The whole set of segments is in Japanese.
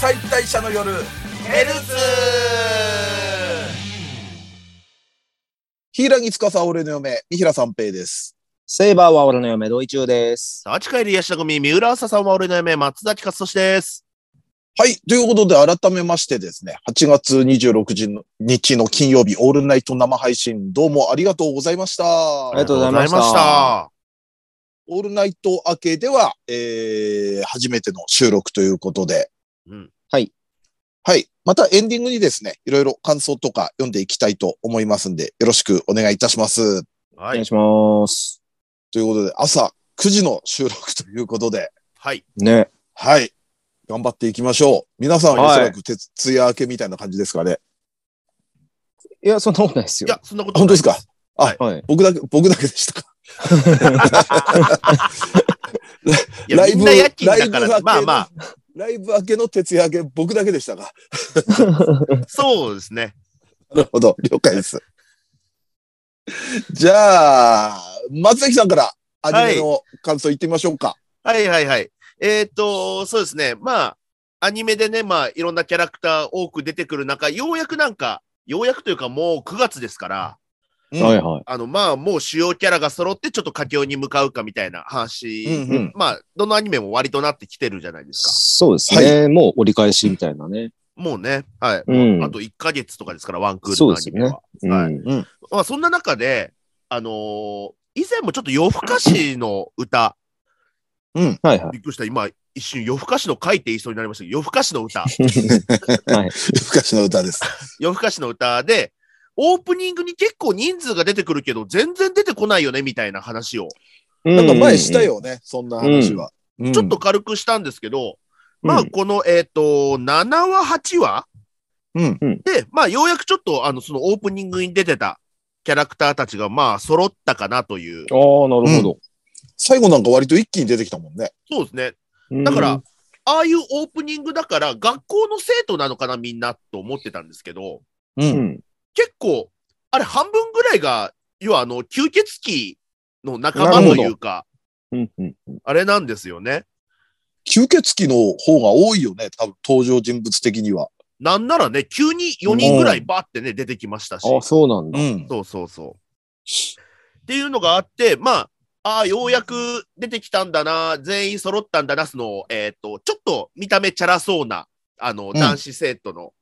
解体者の夜ヘルツ柊司俺の嫁、三平三平です。セイバーは俺の嫁、同意中です。さあ、近いりやした組、三浦朝さんは俺の夢、松崎勝利です。はい。ということで、改めましてですね、8月26日の日の金曜日、オールナイト生配信、どうもありがとうございました。ありがとうございましたありがとうござオールナイト明けでは、えー、初めての収録ということで。うんはい。はい。またエンディングにですね、いろいろ感想とか読んでいきたいと思いますんで、よろしくお願いいたします。いました。おは願いい。します。ということで、朝9時の収録ということで、はい。ね。はい。頑張っていきましょう。皆さんはおはいそらく徹夜明けみたいな感じですかね。いや、そんなことないですいよや。、そんなこと本当ですかはい。僕だけ、僕だけでしたか。いやライブみんな夜勤だかライら、ブまあまあ、ライブ明けの徹夜明け、僕だけでし たか。そうですね。なるほど。了解です。じゃあ、松崎さんからアニメの感想言ってみましょうか。はいはいはい。えっ、と、そうですね。まあ、アニメでね、まあ、いろんなキャラクター多く出てくる中、ようやくなんか、ようやくというかもう9月ですから、うんはいはい。あの、まあ、もう主要キャラが揃ってちょっと佳境に向かうかみたいな話、うんうん。まあ、どのアニメも割となってきてるじゃないですか。そうですね。もう折り返しみたいなね。もうね、はい。うんあと1ヶ月とかですから、ワンクールのアニメは。うんはうん。まあ、そんな中で、あのー以前もちょっと夜更かしの歌、はいは びっくりした、今、一瞬夜更かしの書いて言いそうになりましたけど、夜更かしの 歌、い。昔の歌です。夜更かしの歌で、オープニングに結構人数が出てくるけど、全然出てこないよね、みたいな話を、なんか前した。よね、そんな話は。ちょっと軽くしたんですけど、うんまあ、この、えっ、と、7話、8話うん。で、まあ、ようやくちょっと、あの、そのオープニングに出てたキャラクターたちが、まあ、揃ったかなという。ああ、なるほ最後なんか割と一気に出てきたもんね。そうですね。ど。だから、うん、ああいうオープニングだから、学校の生徒なのかな、みんなと思ってたんですけど、うう。んん。結構、あれ、半分ぐらいが、要は、あの、吸血鬼の仲な間るとほどいうか、うん。うん。あれなんですよね。吸血鬼の方が多いよね、多分登場人物的には。なんならね、急に4人ぐらいバーってね、出てきましたし、ああ、そうなんだ。ん。そうそうそう。っていうのがあって、まあ、ああ、ようやく出てきたんだな、全員揃ったんだな、その、えっ、と、ちょっと見た目チャラそうな、あの、ん男子生徒の、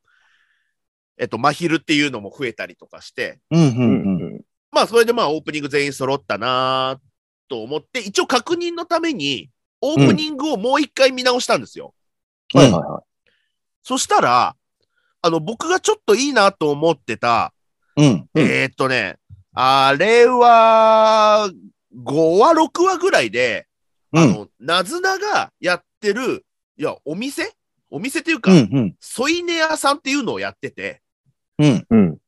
えっと、まひるっていうのも増えたりとかして、うん、う、うんうん。ん。まあ、それでまあ、オープニング全員揃ったなと思って、一応確認のために、オープニングをもう一回見直したんですよ。はいはいはそしたら、あの、僕がちょっといいなと思ってた、うん。うんえーっとね、あれは、5話、6話ぐらいで、うあん。の、なずながやってる、いや、お店お店っていううか、ん、ソイネ屋さんっていうのをやってて、うん。い。うん。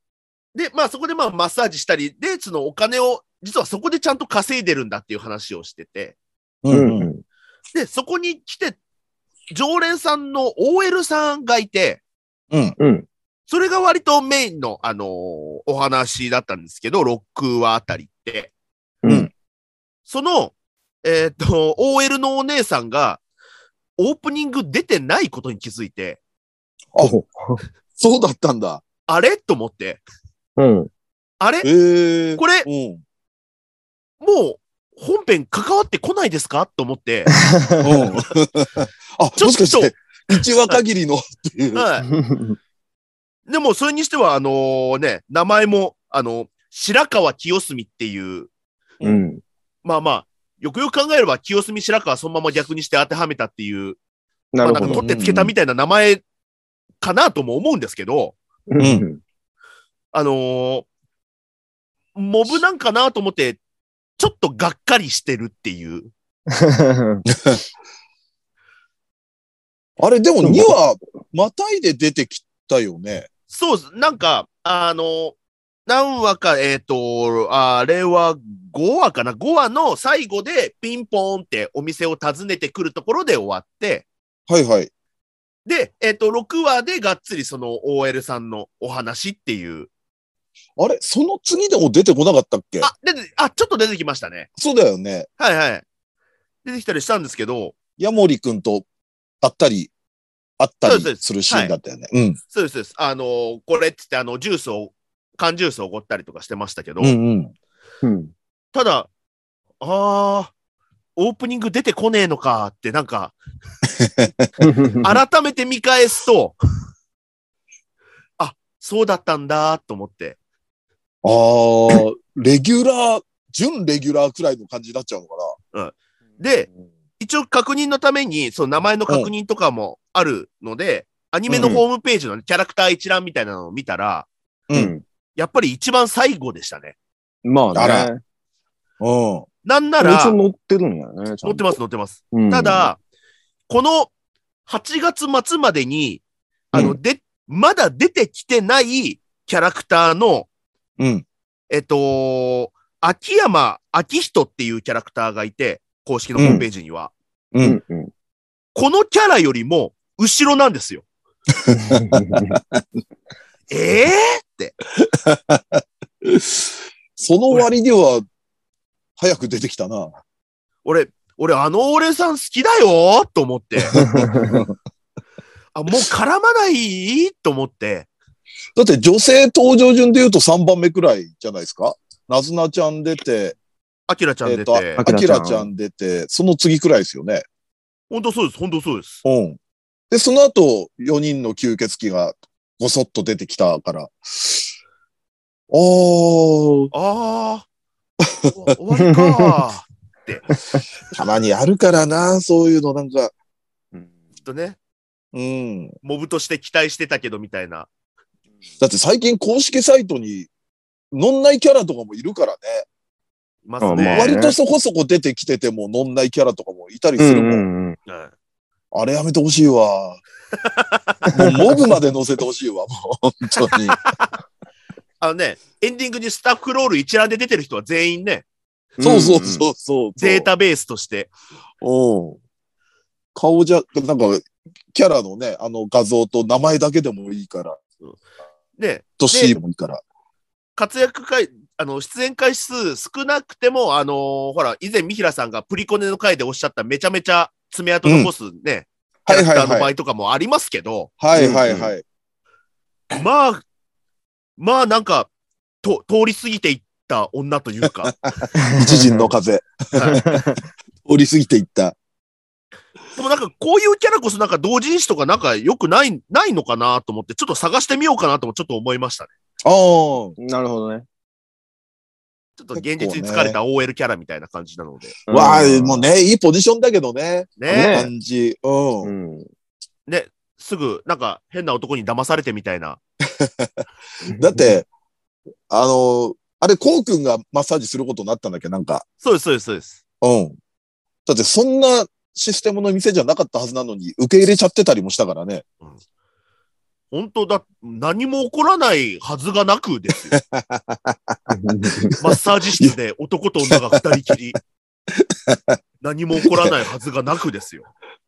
で、まあそこでまあマッサージしたり、で、そのお金を、実はそこでちゃんと稼いでるんだっていう話をしてて、う。うんん。うん。で、そこに来て、常連さんの OL さんがいて、うん。うん。それが割とメインの、あのーお話だったんですけど、ロックはあたりって。うん。その、えーっと、OL のお姉さんが、オープニング出てないことに気づいて、あ、そうだったんだ。あれと思って、うん。あれええ。これ、 うん。もう、本編関わってこないですかと思って、うん。あ、ちょもっしかしてと、、一話限りのっていう。はい。でも、それにしては、あのね、名前も、あの、白川清澄っていう、うん。まあまあ、よくよく考えれば、清澄白川そのまま逆にして当てはめたっていう、なるまあ、なほんかど。取ってつけたみたいな名前かなとも思うんですけど、うんうん。あのーモブなんかなと思って、ちょっとがっかりしてるっていう。あれ、でも2話、またいで出てきたよね。そうです。なんか、あのー何話か、えっ、と、あれは5話かな ?5 話の最後でピンポーンってお店を訪ねてくるところで終わって、はいはい。で、えっ、と、6話でがっつりその OL さんのお話っていう。あれ、その次でも出てこなかったっけあ、で、であ、ちょっと出てきましたね。そうだよね。はいはい。出てきたりしたんですけど、ヤモリくんとばったりあったそうでりすするシーンだったよね。うん。そうですそうです。あのーこれっつって、あの、ジュースを、缶ジュースをおごったりとかしてましたけど、うんうん。うん。ただ、あー、オープニング出てこねえのかって、なんか、改めて見返すと、あ、そうだったんだと思って。ああ、レギュラー、準レギュラーくらいの感じになっちゃうのかで、一応確認のために、その名前の確認とかもあるので、アニメのホームページのねキャラクター一覧みたいなのを見たら、ううん。やっぱり一番最後でしたね。まああらね。な。うん。なんな一ら、応載乗ってるんやね。ちゃんとってます、載ってます。うんた、だ、この8月末までに、あの、で、まだ出てきてないキャラクターの、うん。えっと、秋山秋人っていうキャラクターがいて、公式のホームページには。うう。んんうん。このキャラよりも、後ろなんですよ。ええその割には、早く出てきたな。俺、俺、あの俺さん好きだよと思 って。あ、もう絡まないと思って。だって女性登場順で言うと3番目くらいじゃないですかなずなちゃん出て、アキラちゃんえっ、出て。と、ああききららちちゃゃん出て、その次くらいですよね。本当そうです。本当そうです。うん。で、その後、4人の吸血鬼がごそっと出てきたから。あー、ああ。お終わりか。 たまにあるからな、そういうのなんか。ちょっとね、うん。モブとして期待してたけどみたいな。だって最近公式サイトに、のんないキャラとかもいるからね。いますあね。まあはい割とそこそこ出てきてても、のんないキャラとかもいたりうすんるうもんうん。ん。あれやめてほしい わ。もうモブまで乗せてほしいわ、もう。本当に。あのね、エンディングにスタッフロール一覧で出てる人は全員ね、 そうそうそうそう。デー。タベースとして。うん。顔じゃ、なんか、キャラのね、あの画像と名前だけでもいいから、ね、とシールもいいから。活躍回、あの、出演回数少なくても、あのーほら、以前、三平さんがプリコネの回でおっしゃっためちゃめちゃ爪痕残すね、キはャラいクターはいの場はい。合とかもありますけど、はいはいはい。まあ、まあなんか、と、通り過ぎていった女という か、一陣の風。通り過ぎていった。でもなんかこういうキャラこそなんか同人誌とかなんか良くない、ないのかなと思って、ちょっと探してみようかなともちょっと思いましたね。ああ。なるほどね。ちょっと現実に疲れた OL キャラみたいな感じなので。わあ、もうね、いいポジションだけどね。ね感じ。うん。うん。すぐ、なんか変な男に騙されてみたいな。だ っ、て、あの、あれ、こうくんがマッサージすることになったんだっけなんか。そうです、そうです、そうです。うん。だって、そんなシステムの店じゃなかったはずなのに、受け入れちゃってたりもしたからね。本当だ、何も起こらないはずがなくですよ。マッサージ室で男と女が二人きり。何も起こらないはずがなくですよ。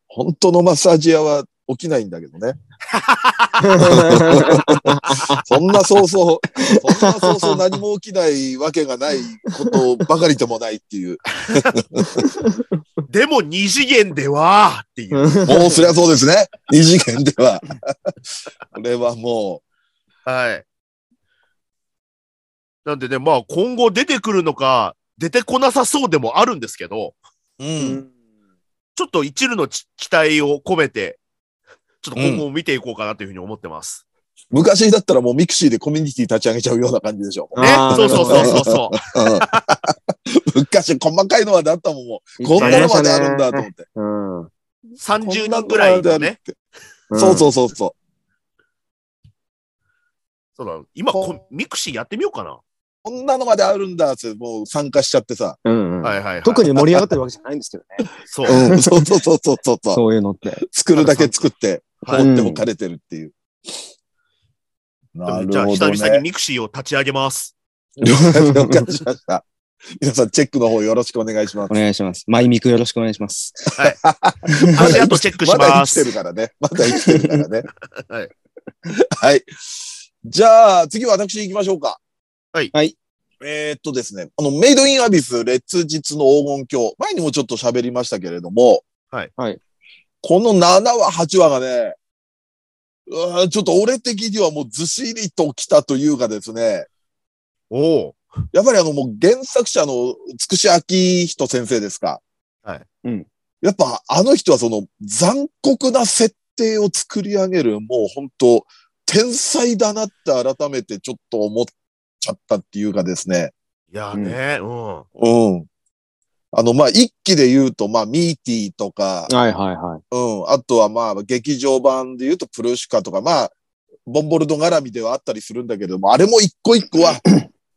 本当のマッサージ屋は起きないんだけどね。そんなそうそう、そんなそうそう何も起きないわけがないことばかりでもないっていう。でも二次元では、っていう。もうそりゃそうですね。二次元では。これはもはい。なんでね、まあ今後出てくるのか、出てこなさそうでもあるんですけど、う、うん。ちょっと一縷のち期待を込めて、ちょっと今後も見ていこうかなというふうに思ってます。昔だったらもうミクシーでコミュニティ立ち上げちゃうような感じでしょ。ねあーそうそうそうそうそう。うん昔細かいのはだったもん、もう。こんなのまであるんだと思って。うん。 30人ぐらいのね。そうそうそうそそうだ今こ、ミクシーやってみようかな。う。こんなのまであるんだって、もう参加しちゃってさ。うん。うんうんはいはい、はい。特に。に盛り上がってるわけじゃないんですけどね。そう。うん、そうそうそうそう そうそう。そういうのって。 作るだけ作って、は放いっておかれてるっていう。なるじゃあ、ほ久ど々にね。ミクシーを立ち上げます。了解了解しました。皆さん、チェックの方よろしくお願いしますお。願いします。マイミクよろしくお願いします。足跡チェックしまだま生きてす。る。からね。まだ生きてるからね はい。はい。じゃあ、次私行きましょうか。はいはい。えーっとですね、あの、メイドインアビス、列日の黄金鏡。前にもちょっと喋りましたけれども。はい。はい。この7話、8話がね、うわーちょっと俺的にはもうずしりときたというかですね、おお。やっぱりあのもう原作者のつくしあきひと先生ですか。はい。うん。やっぱあの人はその残酷な設定を作り上げる、もう本当天才だなって改めてちょっと思っちゃったっていうかですね。いやーね、うん。うん。あの、まあ、一期で言うと、まあ、ミーティーとか、はいはいはい。うん。あとはまあ、劇場版で言うと、プルシカとか、まあ、ボンボルド絡みではあったりするんだけれども、あれも一個一個 は、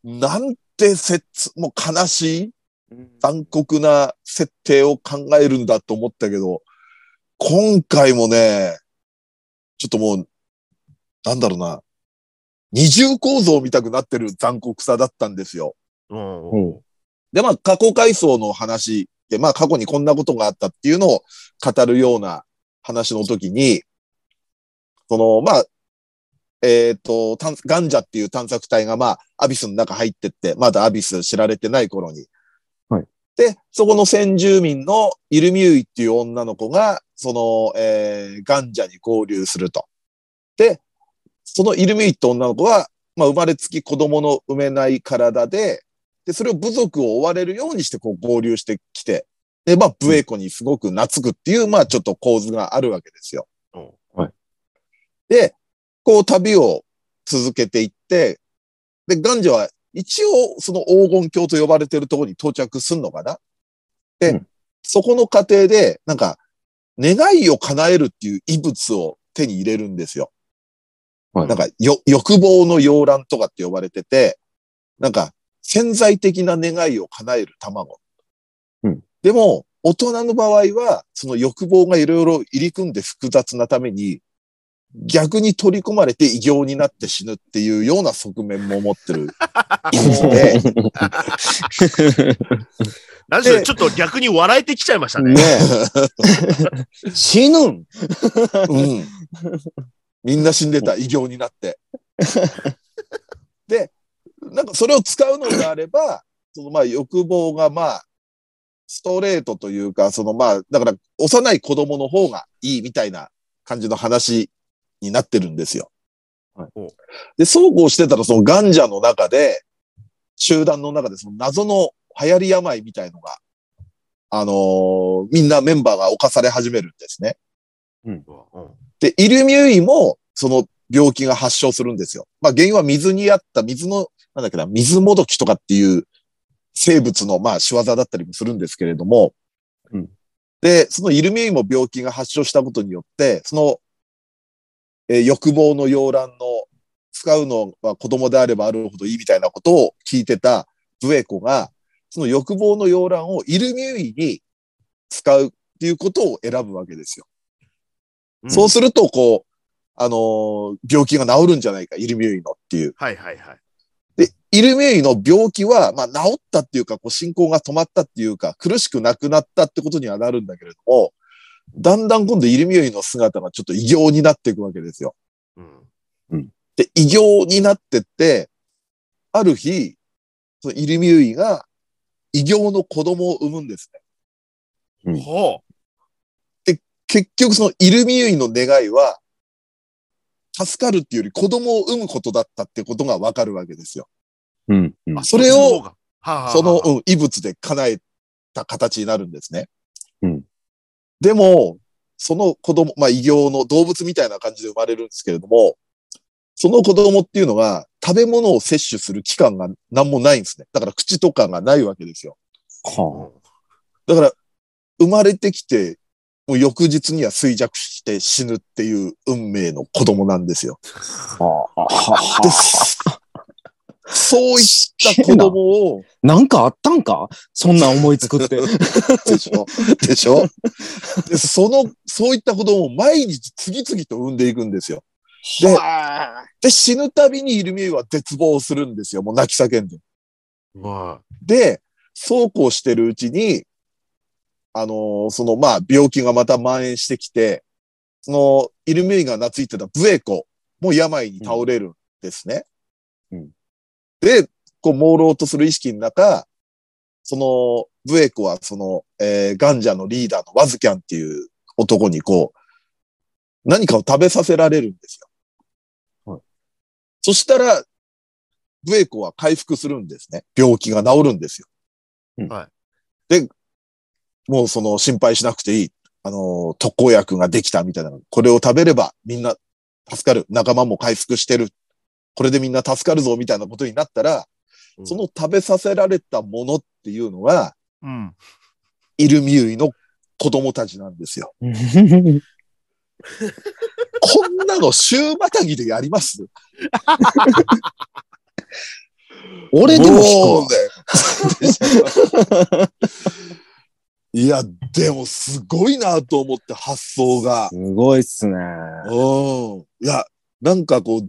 なんて切、もう悲しい、残酷な設定を考えるんだと思ったけど、今回もね、ちょっともう、なんだろうな、二重構造みたくなってる残酷さだったんですよ。うんう。 ん。で、まあ、過去回想の話で、まあ、過去にこんなことがあったっていうのを語るような話の時に、その、まあ、えっ、と、探ガンジャっていう探索隊が、まあ、アビスの中入ってって、まだアビス知られてない頃に。はい。で、そこの先住民のイルミューイっていう女の子が、その、えーガンジャに合流すると。で、そのイルミューイって女の子は、まあ、生まれつき子供の産めない体で、で、それを部族を追われるようにして、こう、合流してきて、で、まあ、ブエコにすごく懐くっていう、まあ、ちょっと構図があるわけですよ。うんはいで、こう、旅を続けていって、で、ガンジャは一応、その黄金鏡と呼ばれてるところに到着すんのかなで、うんそこの過程で、なんか、願いを叶えるっていう異物を手に入れるんですよ。はいなんか、よ、欲望の洋卵とかって呼ばれてて、なんか、潜在的な願いを叶える卵。うんでも、大人の場合は、その欲望がいろいろ入り組んで複雑なために、逆に取り込まれて異形になって死ぬっていうような側面も持っ てる人で、 何しろちょっと逆に笑えてきちゃいましたね。ねえ。死ぬんうん。みんな死んでた、異形になって。で、なんかそれを使うのであれば、そのまあ欲望がまあ、ストレートというか、そのまあ、だから幼い子供の方がいいみたいな感じの話になってるんですよ。はいで、そうこうしてたらそのガンジャの中で、集団の中でその謎の流行り病みたいのが、あのーみんなメンバーが犯され始めるんですね。うんで、イルミューイも、その病気が発症するんですよ。まあ原因は水にあった水の、なんだっけな、水もどきとかっていう生物の、まあ仕業だったりもするんですけれども、うんで、そのイルミューイも病気が発症したことによって、その、えー欲望の洋卵の使うのは子供であればあるほどいいみたいなことを聞いてたブエコが、その欲望の洋卵をイルミューイに使うっていうことを選ぶわけですよ。うんそうすると、こう、あのー病気が治るんじゃないか、イルミューイのっていう。はいはいはい。で、イルミューイの病気は、まあ、治ったっていうか、こう、進行が止まったっていうか、苦しくなくなったってことにはなるんだけれども、だんだん今度イルミューイの姿がちょっと異形になっていくわけですよ。うんで、異形になってって、ある日、そのイルミューイが異形の子供を産むんですね。ほ結局そのイルミユイの願いは、助かるっていうより子供を産むことだったってことがわかるわけですよ。うん。う。あそれを、っちの方がはあはあはあその、うん、異物で叶えた形になるんですね。うんでも、その子供、まあ異形の動物みたいな感じで生まれるんですけれども、その子供っていうのが食べ物を摂取する期間が何もないんですね。だから口とかがないわけですよ。はだから、生まれてきて、もう翌日には衰弱して死ぬっていう運命の子供なんですよ。あ。はあ。でそういった子供を、なんかあったんかそんなん思いつくって。 でしょでしょでその、そういった子供を毎日次々と産んでいくんですよ。で、で死ぬたびにイルミエは絶望するんですよ。もう泣き叫んで。うんまで、そうこうしてるうちに、あのーその、まあ、病気がまた蔓延してきて、その、イルミイが懐いてたブエコも病に倒れるんですね。うんで、こう、朦朧とする意識の中、その、ブエコはその、えーガンジャのリーダーのワズキャンっていう男にこう、何かを食べさせられるんですよ。はいそしたら、ブエコは回復するんですね。病気が治るんですよ。はで、もうその心配しなくていい。あの、特効薬ができたみたいな。これを食べればみんな助かる。仲間も回復してる。これでみんな助かるぞみたいなことになったら、その、食べさせられたものっていうのは、うん。イルミユイの子供たちなんですよ。こんなの週またぎでやります俺でも引くわ。もうね いや、でもすごいなと思って発想が。すごいっすね。うん。いや、なんかこう、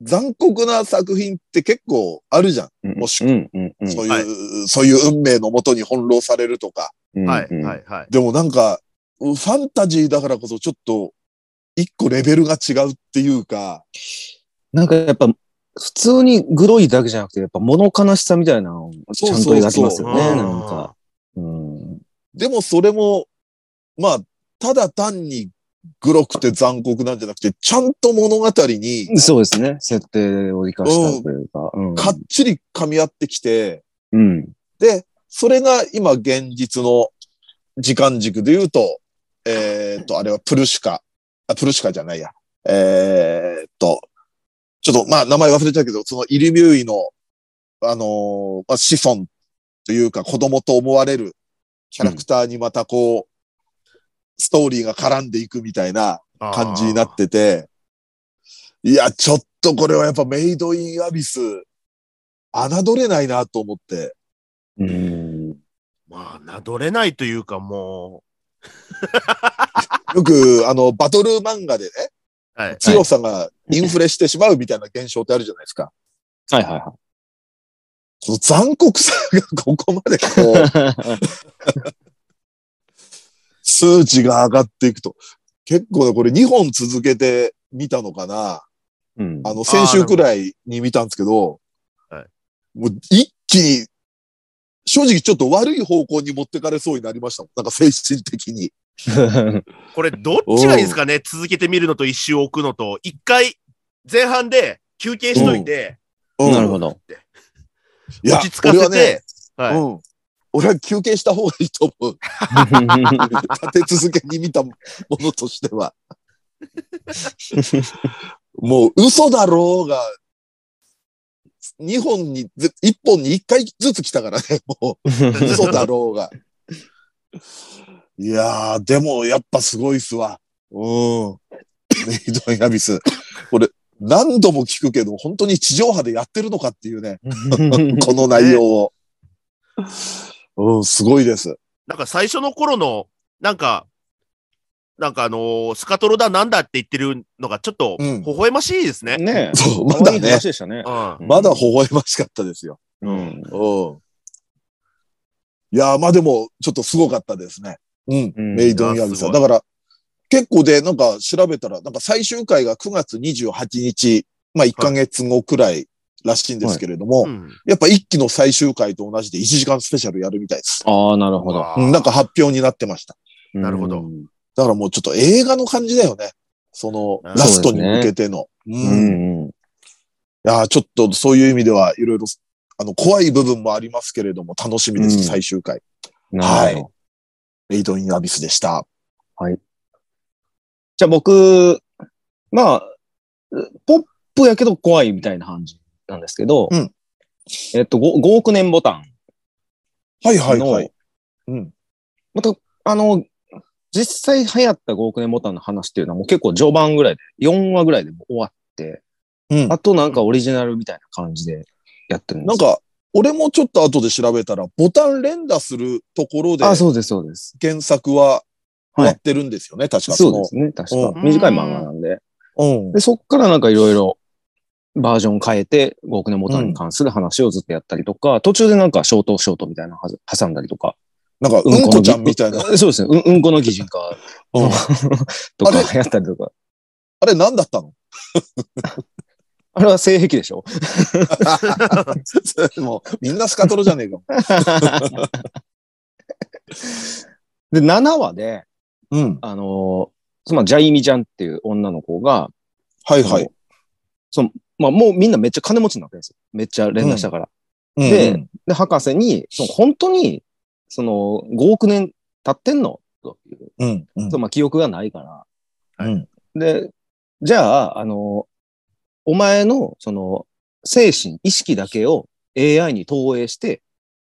残酷な作品って結構あるじゃん。うんもしうんうんうんそういう、そういう運命のもとに翻弄されるとか。うんはい、うんはい、はい。でもなんか、ファンタジーだからこそちょっと、一個レベルが違うっていうか、なんかやっぱ、普通にグロいだけじゃなくて、やっぱ物悲しさみたいなのをちゃんと描きますよね、うんなんか。うん。でもそれも、まあ、ただ単に黒くて残酷なんじゃなくて、ちゃんと物語にそうですね。設定を生かしたというか。うん。かっちり噛み合ってきて、うん。で、それが今現実の時間軸で言うと、えっ、と、あれはプルシュカ、あ、プルシュカじゃないや。えっ、と、ちょっと、まあ、名前忘れちゃうけど、そのイリミューイの、あのーまあ、子孫というか子供と思われるキャラクターにまたこう、ストーリーが絡んでいくみたいな、あー感じになっ。てて、いや、ちょっとこれはやっぱメイドインアビス、侮れないなと思って。うんまあ、などれないというか、もよく、あの、バトル漫画でね、う、はい。強さがインフレしてしまうみたいな現象ってあるじゃないですか。はいはいはこの残酷さがここまでこう、数値が上がっていくと。結構ね、これ2本続けて見たのかな。うんあの、先週くらいに見たんですけど、はいもう一気に、正直ちょっと悪い方向に持ってかれそうになりましたもん。なんか精神的に。 これ、どっちがいいんですかね続けてみるのと一周置くのと、一回、前半で休憩しといて、うんなるほど。いや落ち着かせて、俺ははね、い。うん。俺は休憩した方がいいと思う。 立て続けに見たものとしては。もう嘘だろうが、2本に、1本に1回ずつ来たからね、もう。嘘だろうが。いやー、でもやっぱすごいっすわ。うん。メイドインアビス。これ、何度も聞くけど、本当に地上波でやってるのかっていうね、この内容を。うん、すごいです。なんか最初の頃の、なんか、なんかあのースカトロだなんだって言ってるのがちょっとうん微笑ましいですね。ねそう、まえ。可だ愛いね話、でしたね。うん。まだ微笑ましかったですよ。うん。うん。いやー、まあでも、ちょっとすごかったですね。うん。うんメイドインアいビスやすごはいだから、結構で、なんか調べたら、なんか最終回が9月28日、まあ1ヶ月後くらいらしいんですけれども、うんやっぱ一期の最終回と同じで1時間スペシャルやるみたいです。ああ、なるほど。わうあん、なんか発表になってました。なるほどだからもうちょっと映画の感じだよね。その、あラストに向けての。ううんんうんいやーちょっとそういう意味ではいろいろ、あの、怖い部分もありますけれども、楽しみです、うん最終回。なるほど。メイドインアビスでした。じゃあ僕、まあ、ポップやけど怖いみたいな感じなんですけど、うんえっと5、5億年ボタンはいはいの、はい。うん。また、あの、実際流行った5億年ボタンの話っていうのはもう結構序盤ぐらいで、4話ぐらいでもう終わって、うんあとなんかオリジナルみたいな感じでやってるんでなんすか、俺もちょっと後で調べたら、ボタン連打するところで、あ、そうです、そうです。原作ははい終わってるんですよね、確かそうですね、確うか。短い漫画なんで。の。で、そっからなんかいろいろバージョン変えて、5億年ボタンに関する話をずっとやったりとか、途中でなんかショートショートみたいなのはず挟んだりとか。うん。なんか、うんこちゃんみたいな。な。 そうですね。うん、うんこの擬人化うん とあかやったりとか。 あれ何だったのあれは性癖 でしょそれ もうみんなスカトロじゃねえか。で、7話で、うん。あのーそのジャイミちゃんっていう女の子が、はいはい。その、まあもうみんなめっちゃ金持ちなわけですよ。めっちゃ連打したから。で、うんで、博士に、その本当に、その5億年経ってんのといううん、うんそ。うまあ記憶がないから。うんで、じゃあ、あの、お前の、その、精神、意識だけを AI に投影して、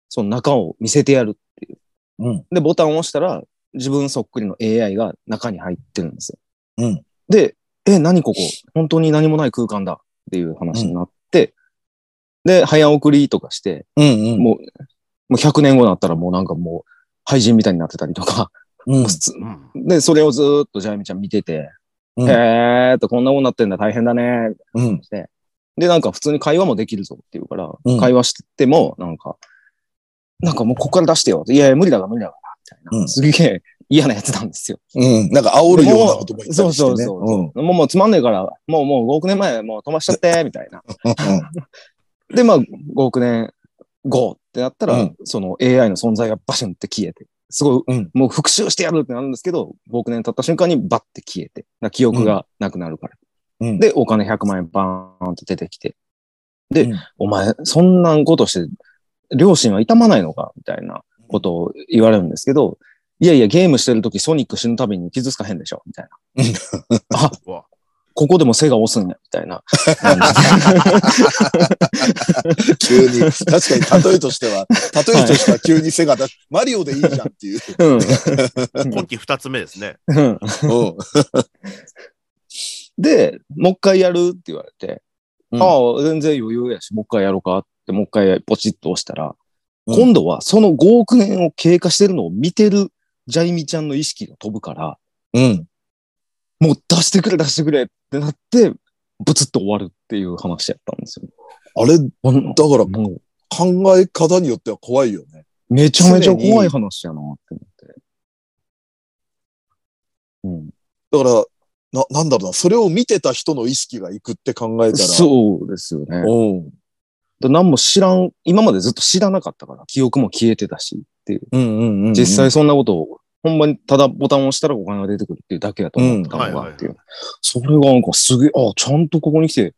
その中を見せてやるっていう。うんで、ボタンを押したら、自分そっくりの AI が中に入ってるんですよ。うんで、え、何ここ本当に何もない空間だっていう話になって、で、早送りとかして、うん、うん。もう、もう100年後になったらもうなんかもう、廃人みたいになってたりとか、うんもう普通うん。で、それをずーっとジャイミちゃん見てて、うんへーっとこんなもんなってんだ、大変だね、うん、って。で、なんか普通に会話もできるぞって言うから、うん会話しても、なんか、なんかもうここから出してよ。いやいや、無理だから無理だから、みたいな。うんすげえ嫌なやつなんですよ。うん。なんか煽るようなことも言ったそうりして、そね。うそう。もうもうつまんねえから、もうもう5億年前、もう飛ばしちゃって、みたいな。で、まあ、5億年後ってなったら、うんその AI の存在がバシュンって消えて、すごい、うんもう復讐してやるってなるんですけど、5億年経った瞬間にバッて消えて、だから記憶がなくなるから。うんうんで、お金100万円バーンって出てきて。で、うんお前、そんなことして、両親は痛まないのかみたいなことを言われるんですけど、いやいや、ゲームしてるときソニック死ぬたびに傷つかへんでしょみたいな。あ、うわここでも背が押すんや、みたいな。うん急に。確かに、例えとして は、例えとしては急に背が出し、マリオでいいじゃんって いう。うん今季二つ目ですね。うんうんで、もう一回やるって言われて、うんああ、全然余裕やし、もう一回やろうかって、もう一回ポチッと押したら、うん今度はその5億年を経過してるのを見てるジャイミちゃんの意識が飛ぶから、うん。もう出してくれ出してくれってなって、ブツッと終わるっていう話やったんですよ。あれ、だかほんらもう考え方によっては怖いよね。めちゃめちゃ怖い話やなって思って。だから、な、なんだろうな、それを見てた人の意識がいくって考えうん、たら。そうですよね。うん。だ何も知らん、今までずっと知らなかったから、記憶も消えてたしっていう。うんうんうん。実際そんなことを、ほんまにただボタンを押したらお金が出てくるっていうだけやと思ってたのがっていう。それがなんかすげえ、あ、ちゃんとここに来て、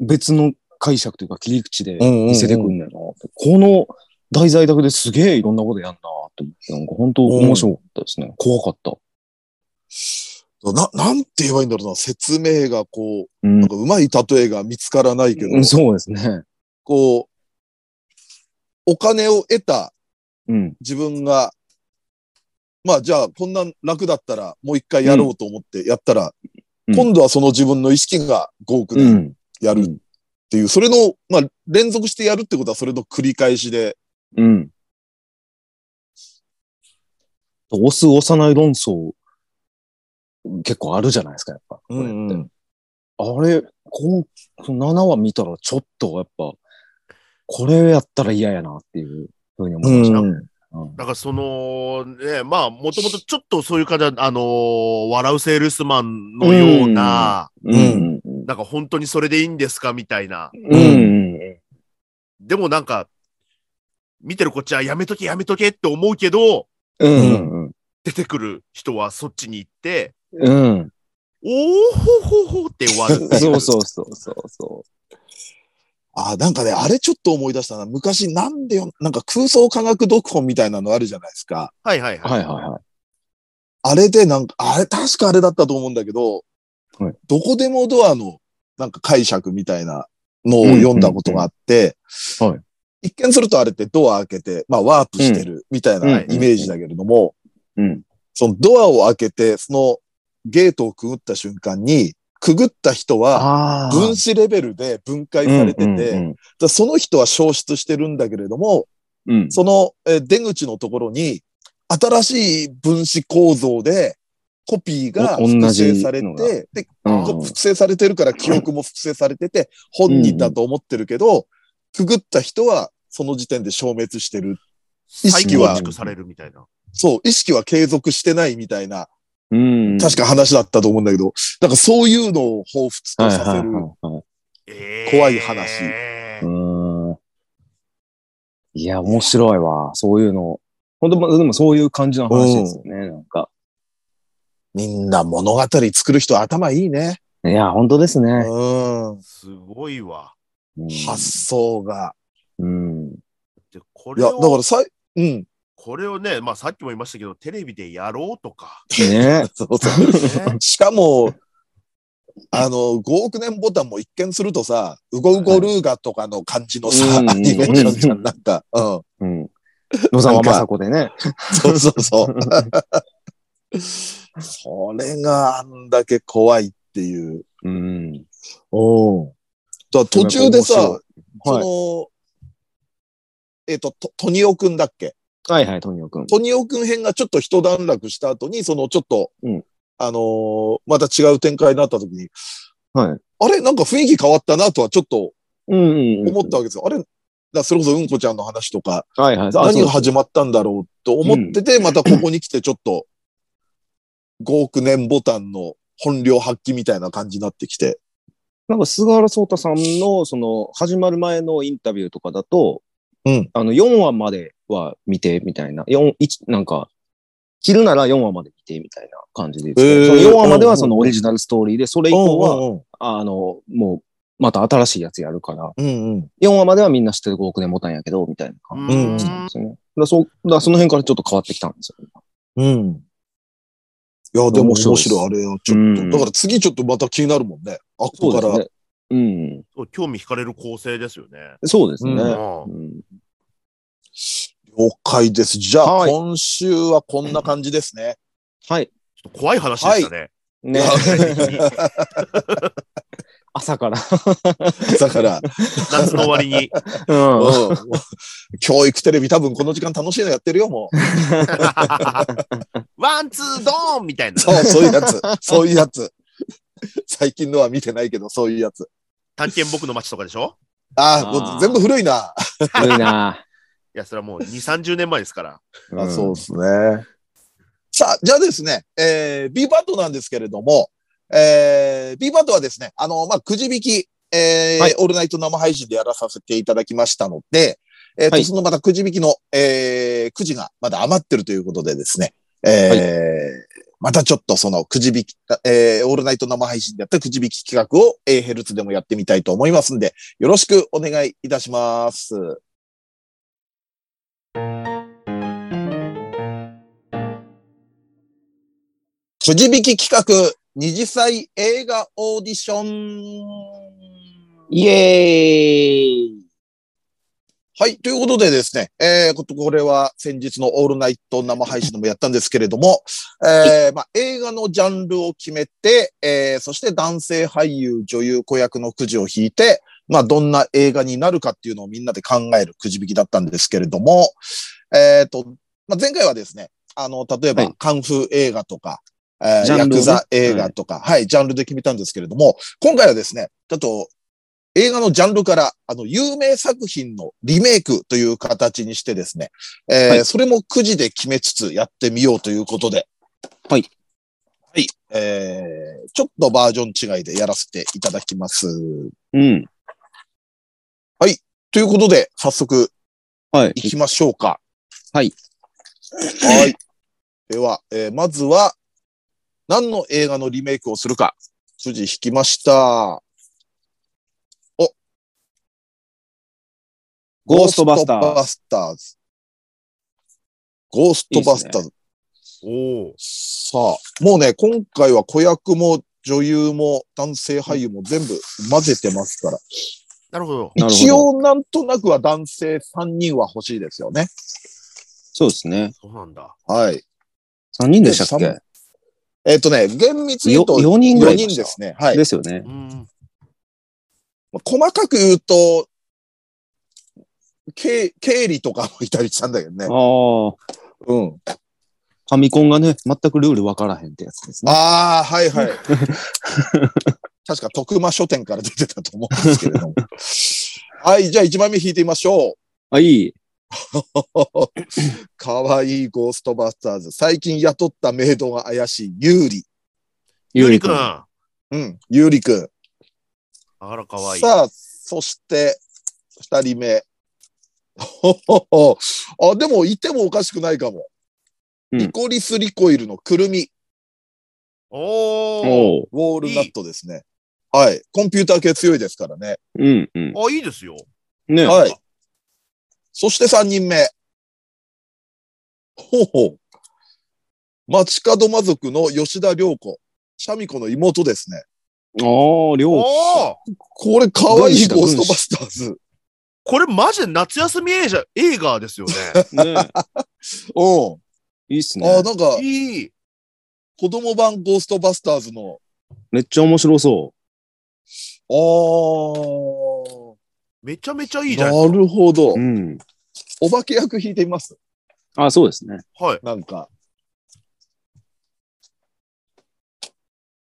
別の解釈というか切り口でうんうんうん見せてくんだよな。この題材だけですげえいろんなことやんなと思って、なんか本当面白かったですね。怖かった。な、なんて言えばいいんだろうな、説明がこうう、なんん。かうまい例えが見つからないけど、そうですね。こう、お金を得たうん。自分が、まあじゃあこんな楽だったらもう一回やろうと思ってやったら、うん今度はその自分の意識が5億うでん。やるっていう、それの、まあ連続してやるってことはそれの繰り返しで、うん。押す押さない論争、結構あるじゃないですか、やっぱ。これってうんうんあれ、こん7話見たらちょっとやっぱ、これやったら嫌やなっていうふうに思いました。うんだからその、ね、まあ、もともとちょっとそういう感じで、あのー笑うセールスマンのような、うん。なんか本当にそれでいいんですかみたいな。うん。でもなんか、見てるこっちはやめとけやめとけって思うけど、うん。出てくる人はそっちに行って、うん。おーほほほって終わる。 そうそうそうそうそ。ああ、なんかね、あれちょっと思い出したな。昔なんでよ、なんか空想科学読本みたいなのあるじゃないですか。はいはいうはい。はいはいはあれでなんか、あれ、確かあれだったと思うんだけど、はいどこでもドアのなんか解釈みたいなのを読んだことがあって、うんうんうんは一見するとあれってドア開けて、まあワープしてるみたいなうんイメージだけれども、うんうんそのドアを開けて、そのゲートをくぐった瞬間に、くぐった人い。はあ分子レベルで分解されてて、だからその人は消失してるんだけれども、うん。そのえー出口のところに、新しい分子構造で、コピーがお同複じ製されのがて、で、こ複製されてるから記憶も複製されてて、本人だと思ってるけど、くぐった人はその時点で消滅してる。意再識構は築されるみたいな。そう、意識は継続してないみたいな、うん。確か話だったと思うんだけど、なんかそういうのを彷彿とはいさはせいる。はい。えー怖い話うーんいや、面白いわ。そういうの。本当までもそういう感じの話ですよね。なんか。みんな物語作る人頭いいね。いや、本当ですうね。ん。すごいわ。うん発想が。うん。でこいれや、だをからさい、うん。これをね、まあさっきも言いましたけど、テレビでやろうとか。ねそうそう。 ねしかも、あの、5億年ボタンも一見するとさ、ウゴウゴルーガとかの感じのさ、うんアニメーションじゃん、うんなんか。うん。うん。野沢雅子でね。そうそう そう。それがあんだけ怖いっていう。うん。おだから途中でさ、面白いその、えっ、と、トトニオくんだっけはいはい、トニオくん。トニオくん編がちょっと一段落した後に、そのちょっと、うんあのーまた違う展開になった時に、はい。あれなんか雰囲気変わったなとはちょっとうんうんうん。思ったわけですよ。あれだからそれこそうんこちゃんの話とか、はいはい。あ何がそう始まったんだろうと思ってて、またここに来てちょっと、5億年ボタンの本領発揮みたいな感じになってきて。なんか菅原聡太さんの、その、始まる前のインタビューとかだと、うんあの、4話までは見て、みたいな。4、一なんか、切るなら4話まで見て、みたいな感じで言ってへーた、その4話までうんうはんそのオリジナルストーリーで、それ以降は、あの、もう、また新しいやつやるから、うんうん。 4話まではみんな知ってる5億年ボタンやけど、みたいな感じんなんですよね。だからそう、だからその辺からちょっと変わってきたんですよ。うん。いや、でも面白面いです白い、あれはちょっと。うんだから次ちょっとまた気になるもんね。あっこそうかでら。すね。うん。そう興味惹かれる構成ですよね。そうですね。ううんうん了解です。じゃあ、はい今週はこんな感じですね。はい。ちょっと怖い話でしたね。ねいや朝から。だ から、 夏の終わりに。 うんうん。もう教育テレビ多分この時間楽しいのやってるよ、もう。ワン、ツー、ドーンみたいな。そう、そういうや つ。そういうやつ。最近のは見てないけど、そういうやつ。探検僕の街とかでしょあああ、ーもう全部古いな。古いな。いや、それはもう2、30年前ですから。 あそうですね。さあ、じゃあですね、えー、B パートなんですけれども、えー、B パートはですね、あの、まあ、くじ引き、えーはいオールナイト生配信でやらさせていただきましたので、えーと、はいそのまたくじ引きの、えー、くじがまだ余ってるということでですね、えーまたちょっとそのくじ引き、えー、オールナイト生配信でやったくじ引き企画を、えー、ヘルツでもやってみたいと思いますんで、よろしくお願いいたします。くじ引き企画、二次祭映画オーディション。イエーイはい。ということでですね、えー、ことこれは先日のオールナイト生配信でもやったんですけれども、えー、まあ、映画のジャンルを決めて、えー、そして男性俳優、女優、子役のくじを引いて、まあ、どんな映画になるかっていうのをみんなで考えるくじ引きだったんですけれども、えっ、と、まあ、前回はですね、あの、例えば、はいカンフー映画とか、えジーャヤンルをクねザ映画とか、はい、ジャンルで決めたんですけれども、今回はですね、ちょっと映画のジャンルから、あの、有名作品のリメイクという形にしてですね、えーはいそれもくじで決めつつやってみようということで。はい。はい。えー、ちょっとバージョン違いでやらせていただきます。うん。ということで、早速はい。行きましょうか。はい。はい。では、えーまずは、何の映画のリメイクをするか。くじ引きました。ゴーストバスターゴズーストバスターズ。ゴーストバスターズ。おお。さあ、もうね、今回は子役も女優も男性俳優も全部混ぜてますから。なるほど。なるほど一応なんとなくは男性3人は欲しいですよね。そうですね。そうなんだ。はい。 3人でしたっでけえっ、とね、厳密に言うとよ4四人ぐらいいま人したですね。はい。ですよね。うん。細かく言うと、経経理とかもいたりしたんだけどねああ。。フうん。ァミコンがね、全くルールわからへんってやつですね。ああ、はい はい。確か徳間書店から出てたと思うんですけれども。 はい、じゃあ1枚目引いてみましょう。 あ、いい。かわいいゴーストバスターズ。最近雇ったメイドが怪しい、ユーリ。ゆゆりりくくん。ん。あうん、ユーリくん。ら、かわいい。さあ、そして、二人目。 ほほほあ、でも、いてもおかしくないかも。うんリコリスリコイルのくるみ。おー。おウォうールナットですね。はい。コンピューター系強いですからね。うんうん。あ、いいですよ。ねはい。そして3人目。ほうほう。街角魔族の吉田良子。シャミ子の妹ですね。ああ、お両ー。これ可愛い軍師だゴーストバスターズ。これマジで夏休み映画映画ですよね。 ねういいっすん。あねあ、。なんか、いい。子供版ゴーストバスターズの、めっちゃ面白そあーめちゃめちゃいいじゃん。なるほどう。う。ん。お化け役引いてみますあそうですね。はい。なんか。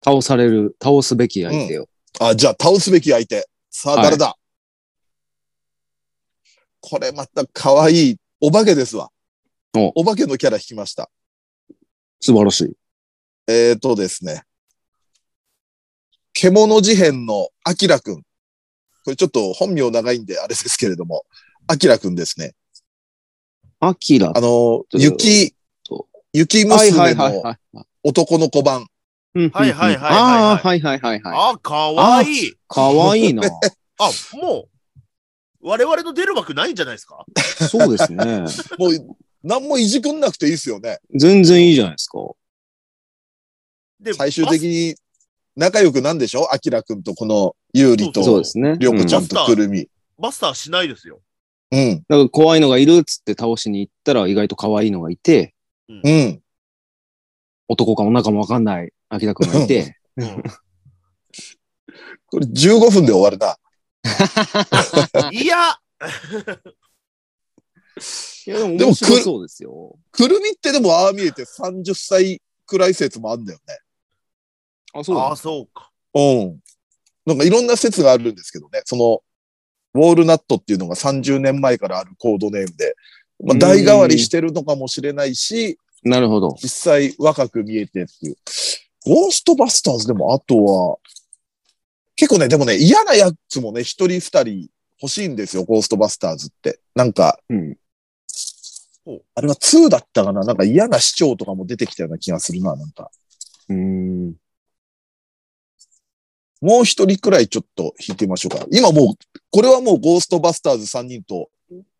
倒される、倒すべき相手を。あ、じゃあ倒すべき相手。さあ、はい誰だ、これまた可愛い。お化けですわ。おお化けのキャラ引きました。素晴らしい。えーとですね。獣事変のアキラくん。これちょっと本名長いんであれですけれども、アキラくんですね。アキラあ。の、と雪と、雪はいは娘いはいのはい。男の子版。うんうんうんはいはいはいはいはいああ、はいはいはいはい。あ、かわいい。かわいい な。あ、もう、我々の出る枠ないんじゃないですかそうですね。もう、何もいじくんなくていいですよね。全然いいじゃないですか。で最終的に仲良くなんでしょアキラくんとこのユーリそそうとで、すね。りょうこちゃうんとくるみ。バスバスターしないですよ。うん、んだから怖いのがいるっつって倒しに行ったら意外と可愛いのがいて、うん。男か女かもわかんない明田くんがいて、うんこれ15分で終わるな。いや、いやでもでも面白そうですよ。くるみってでもああ見えて30歳くらい説もあんだよあ、そうあだ。そうか。ね。うん。なんかいろんな説があるんですけどね。その、ウォールナットっていうのが30年前からあるコードネームで、まあ、代替わりしてるのかもしれないし、なるほど。実際若く見えてっていう。ゴーストバスターズでもあとは、結構ね、でもね、嫌なやつもね、一人二人欲しいんですよ、ゴーストバスターズって。なんか、うん。あれは2だったかななんか嫌な市長とかも出てきたような気がするな、なんか。うーん。もう一人くらいちょっと引いてみましょうか。今もう、これはもうゴーストバスターズ3人と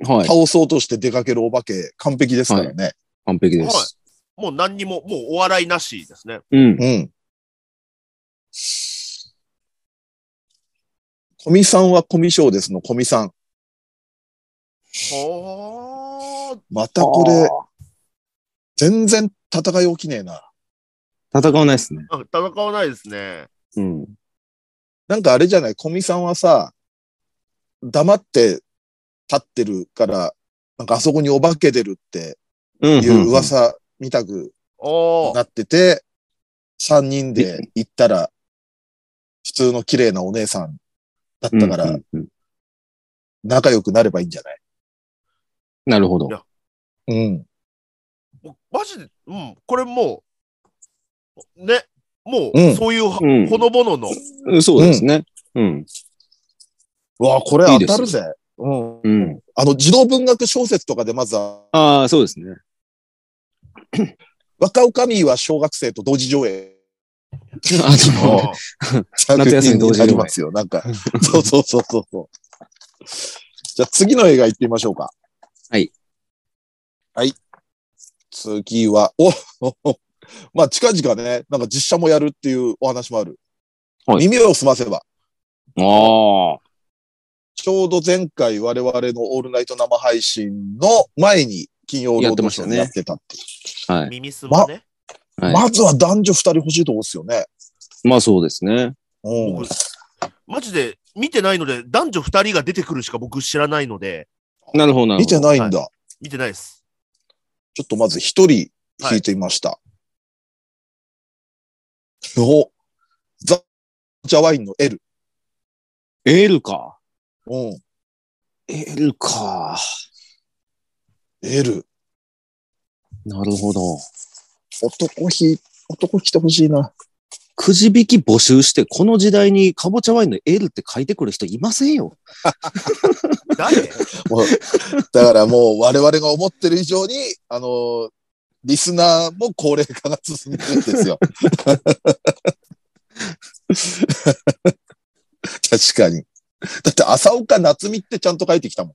はい。倒そうとして出かけるお化け完璧ですからね。完璧です。もう何にも、もうお笑いなしですね。うん。うん。コミさんはコミショーですのコミさん。ほー。またこれ、全然戦い起きねえな。戦わないですね。あ戦わないですね。うん。なんかあれじゃないコミさんはさ、黙って立ってるから、なんかあそこにお化け出るってうんうんいうんう噂見たくおー。なってて、三人で行ったら、普通の綺麗なお姉さんだったかうんらう、んうん仲良くなればいいんじゃないなるほどいや。うん。もうマジで、うん、これもう、ね、もうう、んそういうは、うんほのぼのの、うんそうですね。うん。うわあ、これいい当ですたよるぜ。うん。うん。あの、児童文学小説とかでまずは、ああ、そうですね。若女将は小学生と同時上映。あの、あー夏休み同時上映ありますよ。なんか、そうそうそうそうそう。じゃあ次の映画行ってみましょうか。はい。はい。次は、お、 まあ近々ね、なんか実写もやるっていうお話もある。はい耳を澄ませば。 ああ。ちょうど前回我々のオールナイト生配信の前に金曜ロードショーでやってたっていうはい。耳すまね。ましたねまずは男女二人欲しいとこですよね。まあそうですね。うん僕。マジで、見てないので、男女二人が出てくるしか僕知らないので、なるほど、な見るほどて。ないんだ。見てないです。ちょっとまず一人引いてみました。おザ・ジャワインの L。 L か。うん。 L か。 L。なるほど。男ひ、男来てほしいな。くじ引き募集して、この時代にかぼちゃワインの L って書いてくる人いませんよ。誰だからもう我々が思ってる以上に、あのーリスナーも高齢化が進んでるんですよ。確かに。だって、朝岡夏美ってちゃんと書いてきたもん。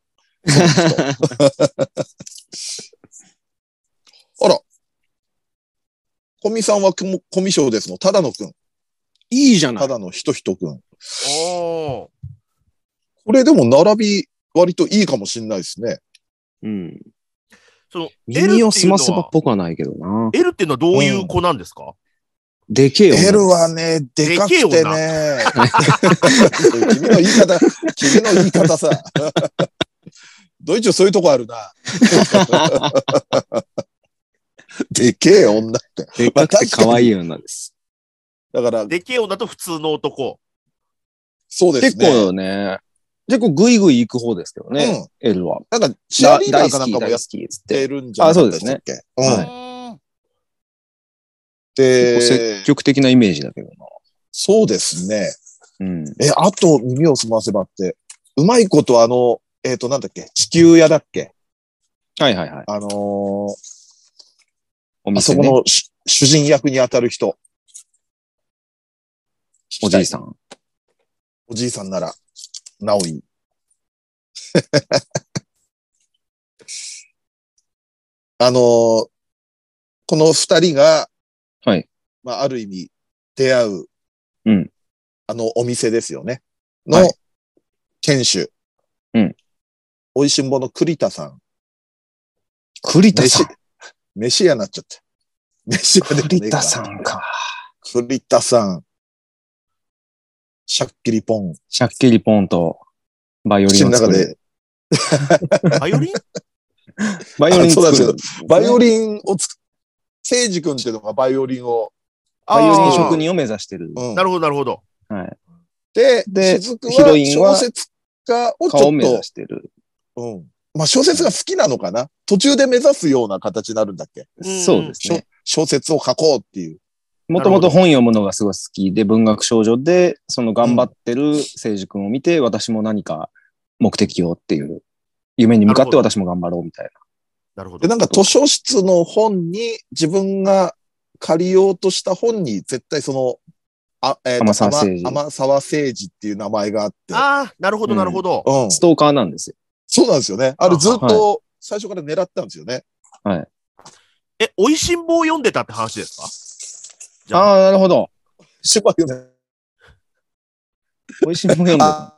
あら。コミさんはくもコミ賞ですの。ただのくん。いいじゃなたい。だのひとひとくおん。ーこれでも並び、割といいかもしんないですね。うん。その、L って耳をいすうのませばっは、ぽくはないけどな。 L っていうのはどういう子なんですか、でけえよ。 L はね、でかくてでね。君の言い方、君の言い方さ。ドイツそういうとこあるな。でけえ女って。でかくて可愛いようなんです。だから、でけえ女と普通の男。そうです結ね。構ね、結構グイグイ行く方ですけどね、うん。 L は。なんか、チアリーダーかなんかも大や好っき、大好きっつって。てるんじゃないあそうですねっけ。うん。はで、積極的なイメージだけどな。そうですね。うん。え、あと、耳をすませばって、うまいことあの、えっ、と、なんだっけ、地球屋だっけはいはいはい。あのーおあそ店こね。の主主人役に当たる人、おじいさん。おじいさんなら、なおい い。あのーこの二人が、はい。まあ、ある意味、出会う、うんあの、お店ですよね。の、はい店主。うん。美味しんぼの栗田さん。栗田さ飯ん。、飯屋になっちゃった。 飯屋でもね栗えか田さんか。栗田さん。シャッキリポン。シャッキリポンと、バイオリ口ンのを中作る。で、バイオリンバイオリンあそうなんをです作よる。バイオリンをつく、聖司君っていうのがバイオリンを、 バイオリンあ職ー人を目指してる。うんなるほど、なるほど。はい。で、で雫ヒロインはは小説家をち顔をょっ目と指、してる。うん。まあ小説が好きなのかな途中で目指すような形になるんだっけうんそうですね。小説を書こうっていう。もともと本読むのがすごい好きで、文学少女で、その頑張ってる聖司君を見て、私も何か目的をっていう、夢に向かっなてるほど私も頑張ろうみたいな。なるほで、ど。なんか図書室の本に、自分が借りようとした本に、絶対その、あ、えーと天沢聖天司天沢聖司っていう名前があって、ああ、なるほど、なるほど。うん。ストーカーなんですよ。そうなんですよね。あれずっあはと最初から狙ってたんですよね。え、おいしんぼを読んでたって話ですかじゃああー、なるほど。しばらくね美味しいもん読んでた。あ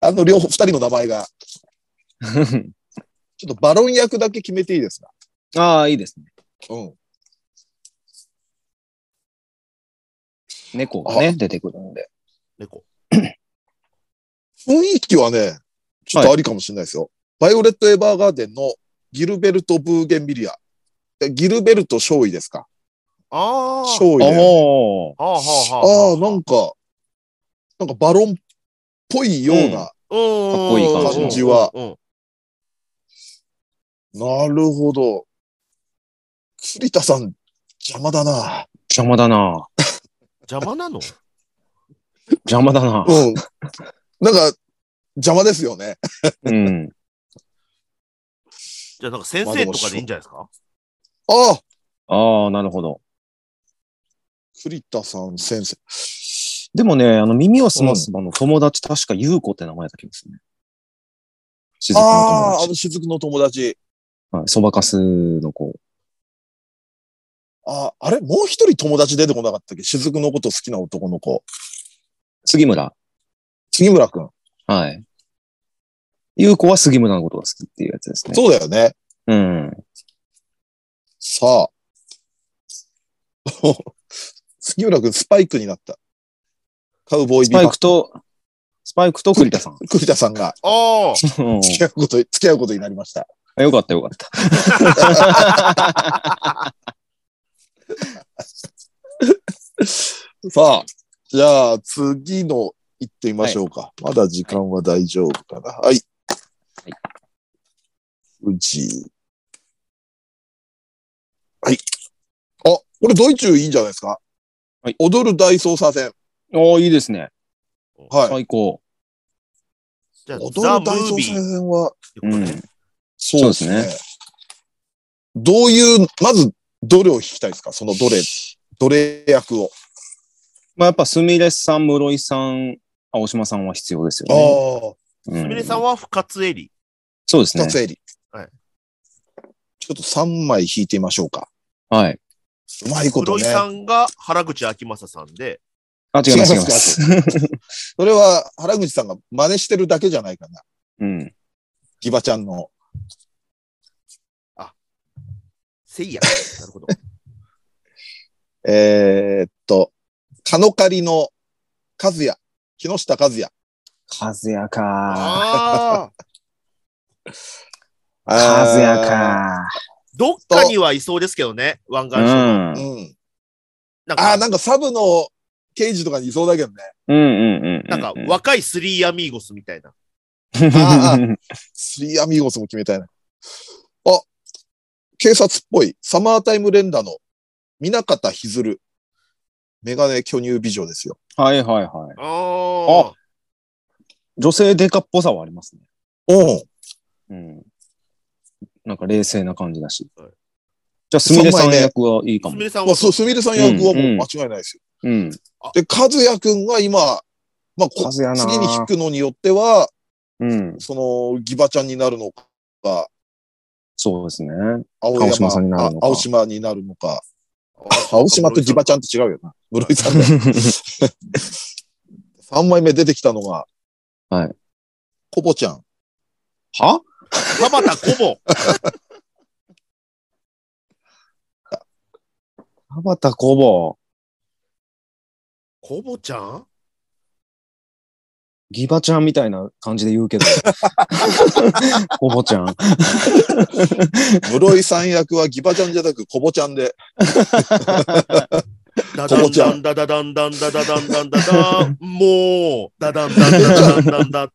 あの両方、二人の名前が。ちょっとバロン役だけ決めていいですか ああ、いいですね。うん。猫がね、出てくるんで。猫。雰囲気はね、ちょっとありかもしれないですよ。バイオレット・エヴァーガーデンのギルベルト・ブーゲンビリア。えギルベルト・少尉ですかああ。少尉ああだよはね。あはあはあ。ああ、なんか、なんかバロンっぽいような。かっこいい感じの感じはうんうんなるほど。栗田さん、邪魔だな。邪魔だな。邪魔なの邪魔だな。うん。なんか、邪魔ですよね。うん。じゃあなんか先生とかでいいんじゃないですかああ、ああ、なるほど。栗田さん先生。でもね、あの、耳をすますばの友達、確か優子って名前だった気がするね。静かのああ、あ友の、雫の友達。達。そばかすの子。ああ、あれもう一人友達出てこなかったっけ雫のこと好きな男の子。杉村。杉村くん。はい。優子は杉村のことが好きっていうやつですね。そうだよね。うん。さあ。 杉村くん、スパイクになった。カウボーイスビバッパイグクと、スパイクと栗田さん。栗田さんがああ。 うん付き合うこと、付き合うことになりました。あよかったよかった。さあ、じゃあ次の行ってみましょうか。まだ時間は大丈夫かな。はい。うち。はい。あ、これドイツいいんじゃないですか。はい踊る大捜査線。おーいいですね。はい。最高。じゃあ、踊るザ・ム大ー捜ビ査ーって線は、ことうねん。そうですそうねで。どういう、まず、どれを弾きたいですかそのどれ、どれ役を。まあやっぱ、すみれさん、室井さん、青島さんは必要ですよね。ああ、うすみれさんんは深津絵里。そうですね二。つ襟。はいちょっと3枚弾いてみましょうか。はい。うまいこと黒井ね。さんが原口あきまささんで、あ、違います、違違いいまますす。それは原口さんが真似してるだけじゃないかな。うん。ギバちゃんの。せいや。なるほど。えーっと、カノカリの和也。木下和也。風やか。ああ。風やか。どっかにはいそうですけどね、湾岸う署の。んあ。ー。うん。なんあか、あ、なんかサブの刑事とかにいそうだけどね。うんうんうん。なんか、若いスリーアミーゴスみたいな。あースリーアミーゴスも決めたいな。あ、警察っぽい。サマータイム連打の、南方ひずる。メガネ巨乳美女ですよ。 はいはいはい。ああ。女性デカっぽさはありますね。うん。うん。なんか冷静な感じだし。はいじゃあ、すみれさ三ん枚ね役はいいかすもみ。れさんまはあ、そう、すみれさん役はもう間違いないですよ。うん。で、和也くんが今、まあ、こ風やな。次に弾くのによっては、うん。その、ギバちゃんになるのか、そうですね。青青島さんになるのかあ青島になるのか。あ青島とギバちゃんって違うよな。室井さんだよ。3枚目出てきたのが、はい。コボちゃん。は田畑コ羽ばたこぼ。ボ。コボちゃんギバちゃんみたいな感じで言う けど。コボちゃん。室井さん役はギバちゃんじゃなく、コボちゃんで。ダコダボンちゃダんンダダダンダンダダダンダンダダン。もう、ダダンダンダダンダンダン。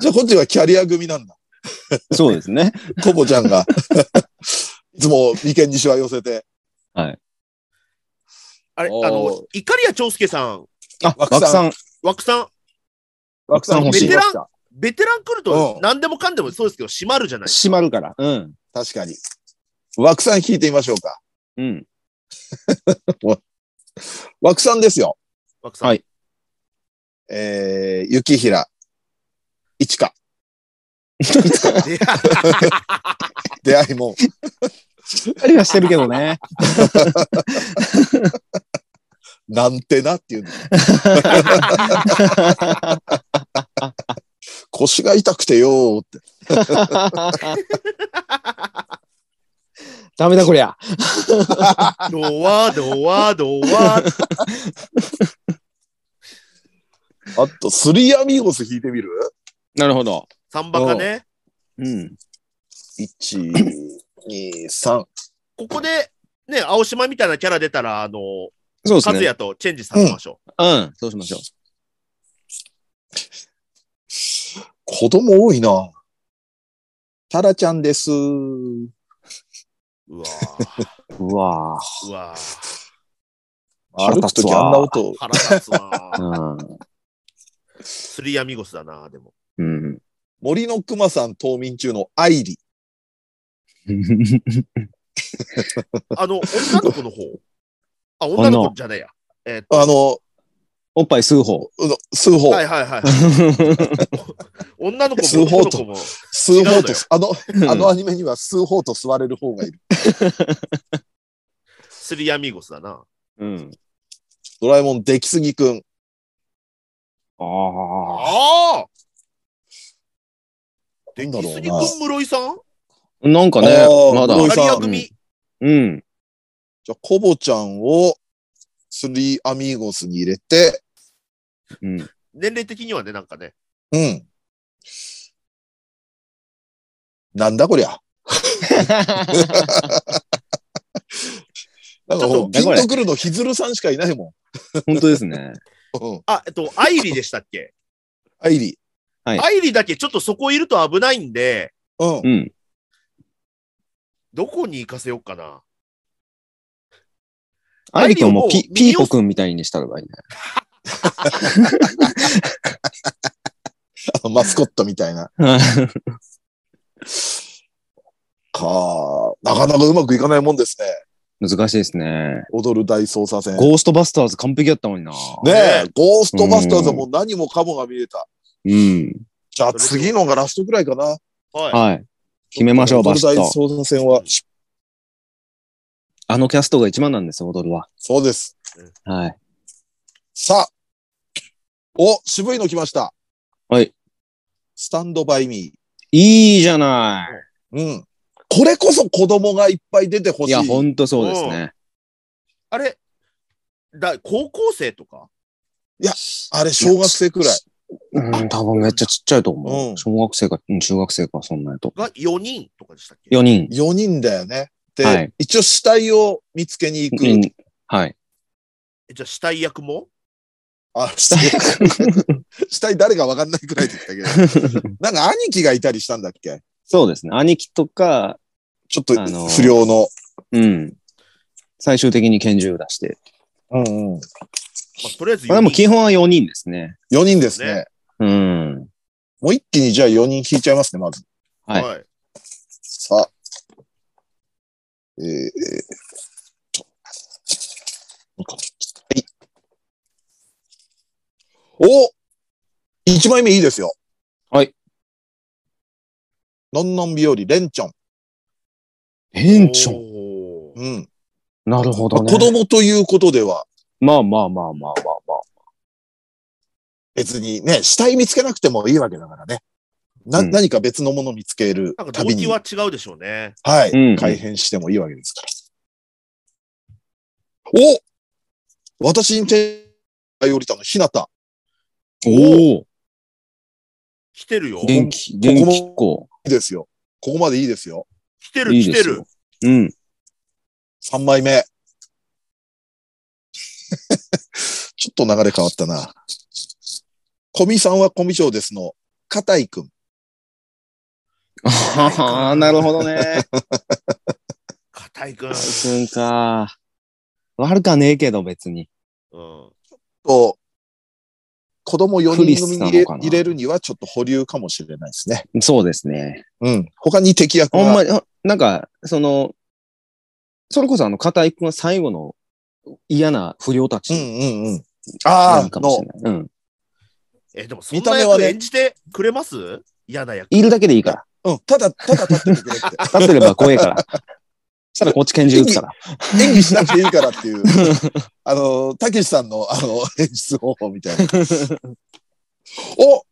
じゃあ、こっちはキャリア組なんだ。そうですね。コボちゃん が。いつも眉間にしわ寄せて。あれ、あおのー、イカリア長介さん、あ、枠枠ささん。枠さん、枠さん欲しベいテ。ラン、ベテラン来るうとん何でもかんでもそうですけど、閉まるじゃない。閉まるから。うん。確かに。枠さん聞いてみましょうか。うん。枠さんですよ。枠さん。はいえー、雪平。一花。で出会いもん。ありはしてるけど ね。なんてなっていう の。腰が痛くてよーって。ダメだこりゃ。ドワドワドワ。あと、スリーアミーゴス弾いてみるなるほど。サンバカね。うん。 ?1、2、3。ここで、ね、青島みたいなキャラ出たら、あの、そうです和ね。也とチェンジさせましょう。うん。そうしましょう。子供多いな。タラちゃんです。うわぁうわうわぁ腹歩立くつときわあんな音。腹立つわぁぁ。スリーアミゴスだな、でも。うん。森の熊さん冬眠中のアイリ。あの、女の子の方。あ、女の子じゃねえや。あの、 おっぱい数歩。うの数法。はい はいはい。女の子も通男報のと子も。数違法うのとよ、あの、あのアニメには数法と座れる方がいる。スリーアミゴスだな。うん。ドラえもん出来すぎくん。ああ。ああなんだーろスうリな。君じ室井さんなんかねあー、まだ室井。キャリアう組ん。うん。ゃあ、コボちゃんをスリーアミーゴスに入れて、うん。年齢的にはね、なんかね。うん。なんだこりゃ。なんちょかっもとう、ピンとくるのひずるさんしかいないも 本当ですね。ん。うん。あ、えっと、アイリでしたっけアイリ。はいアイリだけちょっとそこいると危ないんで、うんう。ん。どこに行かせようかな。アイリ君もアイリをピもうピーポくんみたいにしたらがいいね。 あのマスコットみたいな。かあ、なかなかうまくいかないもんですね。難しいですね。踊る大捜査線。ねゴーストバスターズ完璧やったのにな。え、ゴーストバスターズはもう何もかもが見えた。うん。じゃあ次のがラストぐらいかな。ははい。決めましょう、踊バるス大ター。捜査線は。あのキャストが一番なんですよ、踊るは。そうです。はい。さあ。お、渋いの来ました。はい。スタンドバイミいいじゃない。ー。うん。これこそ子供がいっぱい出てほしいい。や、ほんとそうですね。あれだ、高校生とかあれ、小学生くらい。うん、多分めっちゃちっちゃいと思う。うん小学生か、うん中学生か、そんなんやと。が4人とかでしたっけ4人。 4人だよね。で、はい一応死体を見つけに行く。うんはい。じゃあ、死体役もあ、死体、死体 誰かわかんないくらいで言ったけ ど。なんか兄貴がいたりしたんだっけそうですね。兄貴とか、ちょっとあのー不良の。うん。最終的に拳銃を出して。うんうまん。あ、とりあえずまあ、 4でも人。基本は4人ですね。 4人ですね。ねうん。もう一気にじゃあ4人引いちゃいますね、まず。はいはい。さあ。えー、えーっと。はい。お !1 枚目いいですよ。はい。のんのん日和、レンチョン。店長。おーうん。なるほまあどね。子供ということでは、まあまあまあまあまあまあ。別にね、死体見つけなくてもいいわけだからね。な、うん何か別のもの見つけるなんか動旅に、機はは違うでしょうね。い、うん改変してもいいわけですから。お私に手が降りたの、ひなた。おお来てるよ。電気、こ電気っ子。いいですよ。ここまでいいですよ。来てる、いい来でてするよ。。うん。 3枚目。 ちょっと流れ変わったな。コミさんはコミショですの、片井くん。ああ、なるほどね。硬いくん。うん。くんか。悪かねえけど、別に。と、子供4クリ人ス組なに入のれかな入れるにはちょっと保留かもしれないですね。そうですね。うん。他に敵役が。ほんまに、ほなんか、その、それこそあの、片井くんは最後の嫌な不良たうんちうんうん。あなのあ、かもしのれ、ない。うん。え、でもそん見たな目は役ね演じてくれます嫌な役。いるだけでいいから。うん。ただ、ただ立っててくれって。立ってれば怖え から。したらこっち拳銃撃つから。演技しなくていいからっていう。あの、たけしさんの、あの、演出方法みたい な。おこ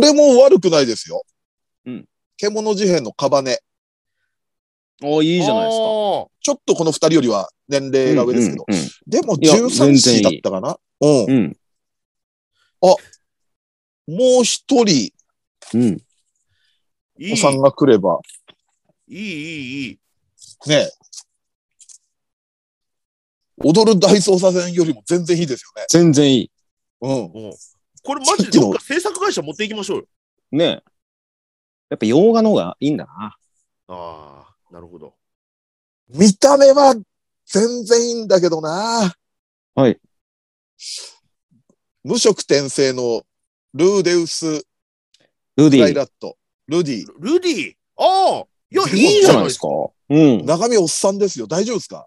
れも悪くないですよ。うん。獣事変のカバネ。おいいじゃないですか。おーちょっとこの二人よりは年齢が上ですけど。うんでもいや全13然い歳いだったかなうん。うんうん。もう一人うん。うんいい、お産が来れば、いい、いい、いい。ねえ踊る大捜査線よりも全然いいですよ全然いい。ね。うんこれマジでどっか制作会社持っていきましょうよ。ねえ。やっぱ洋画の方がいいんだな。ああ、なるほど。うん。見た目は全然いいんだけどな。はい。無色転生のルーデウス・ルデクライィ。ラット、ルディ。ルディああいや、いいじゃないですか。か。うん。中身おっさんですよ。大丈夫ですか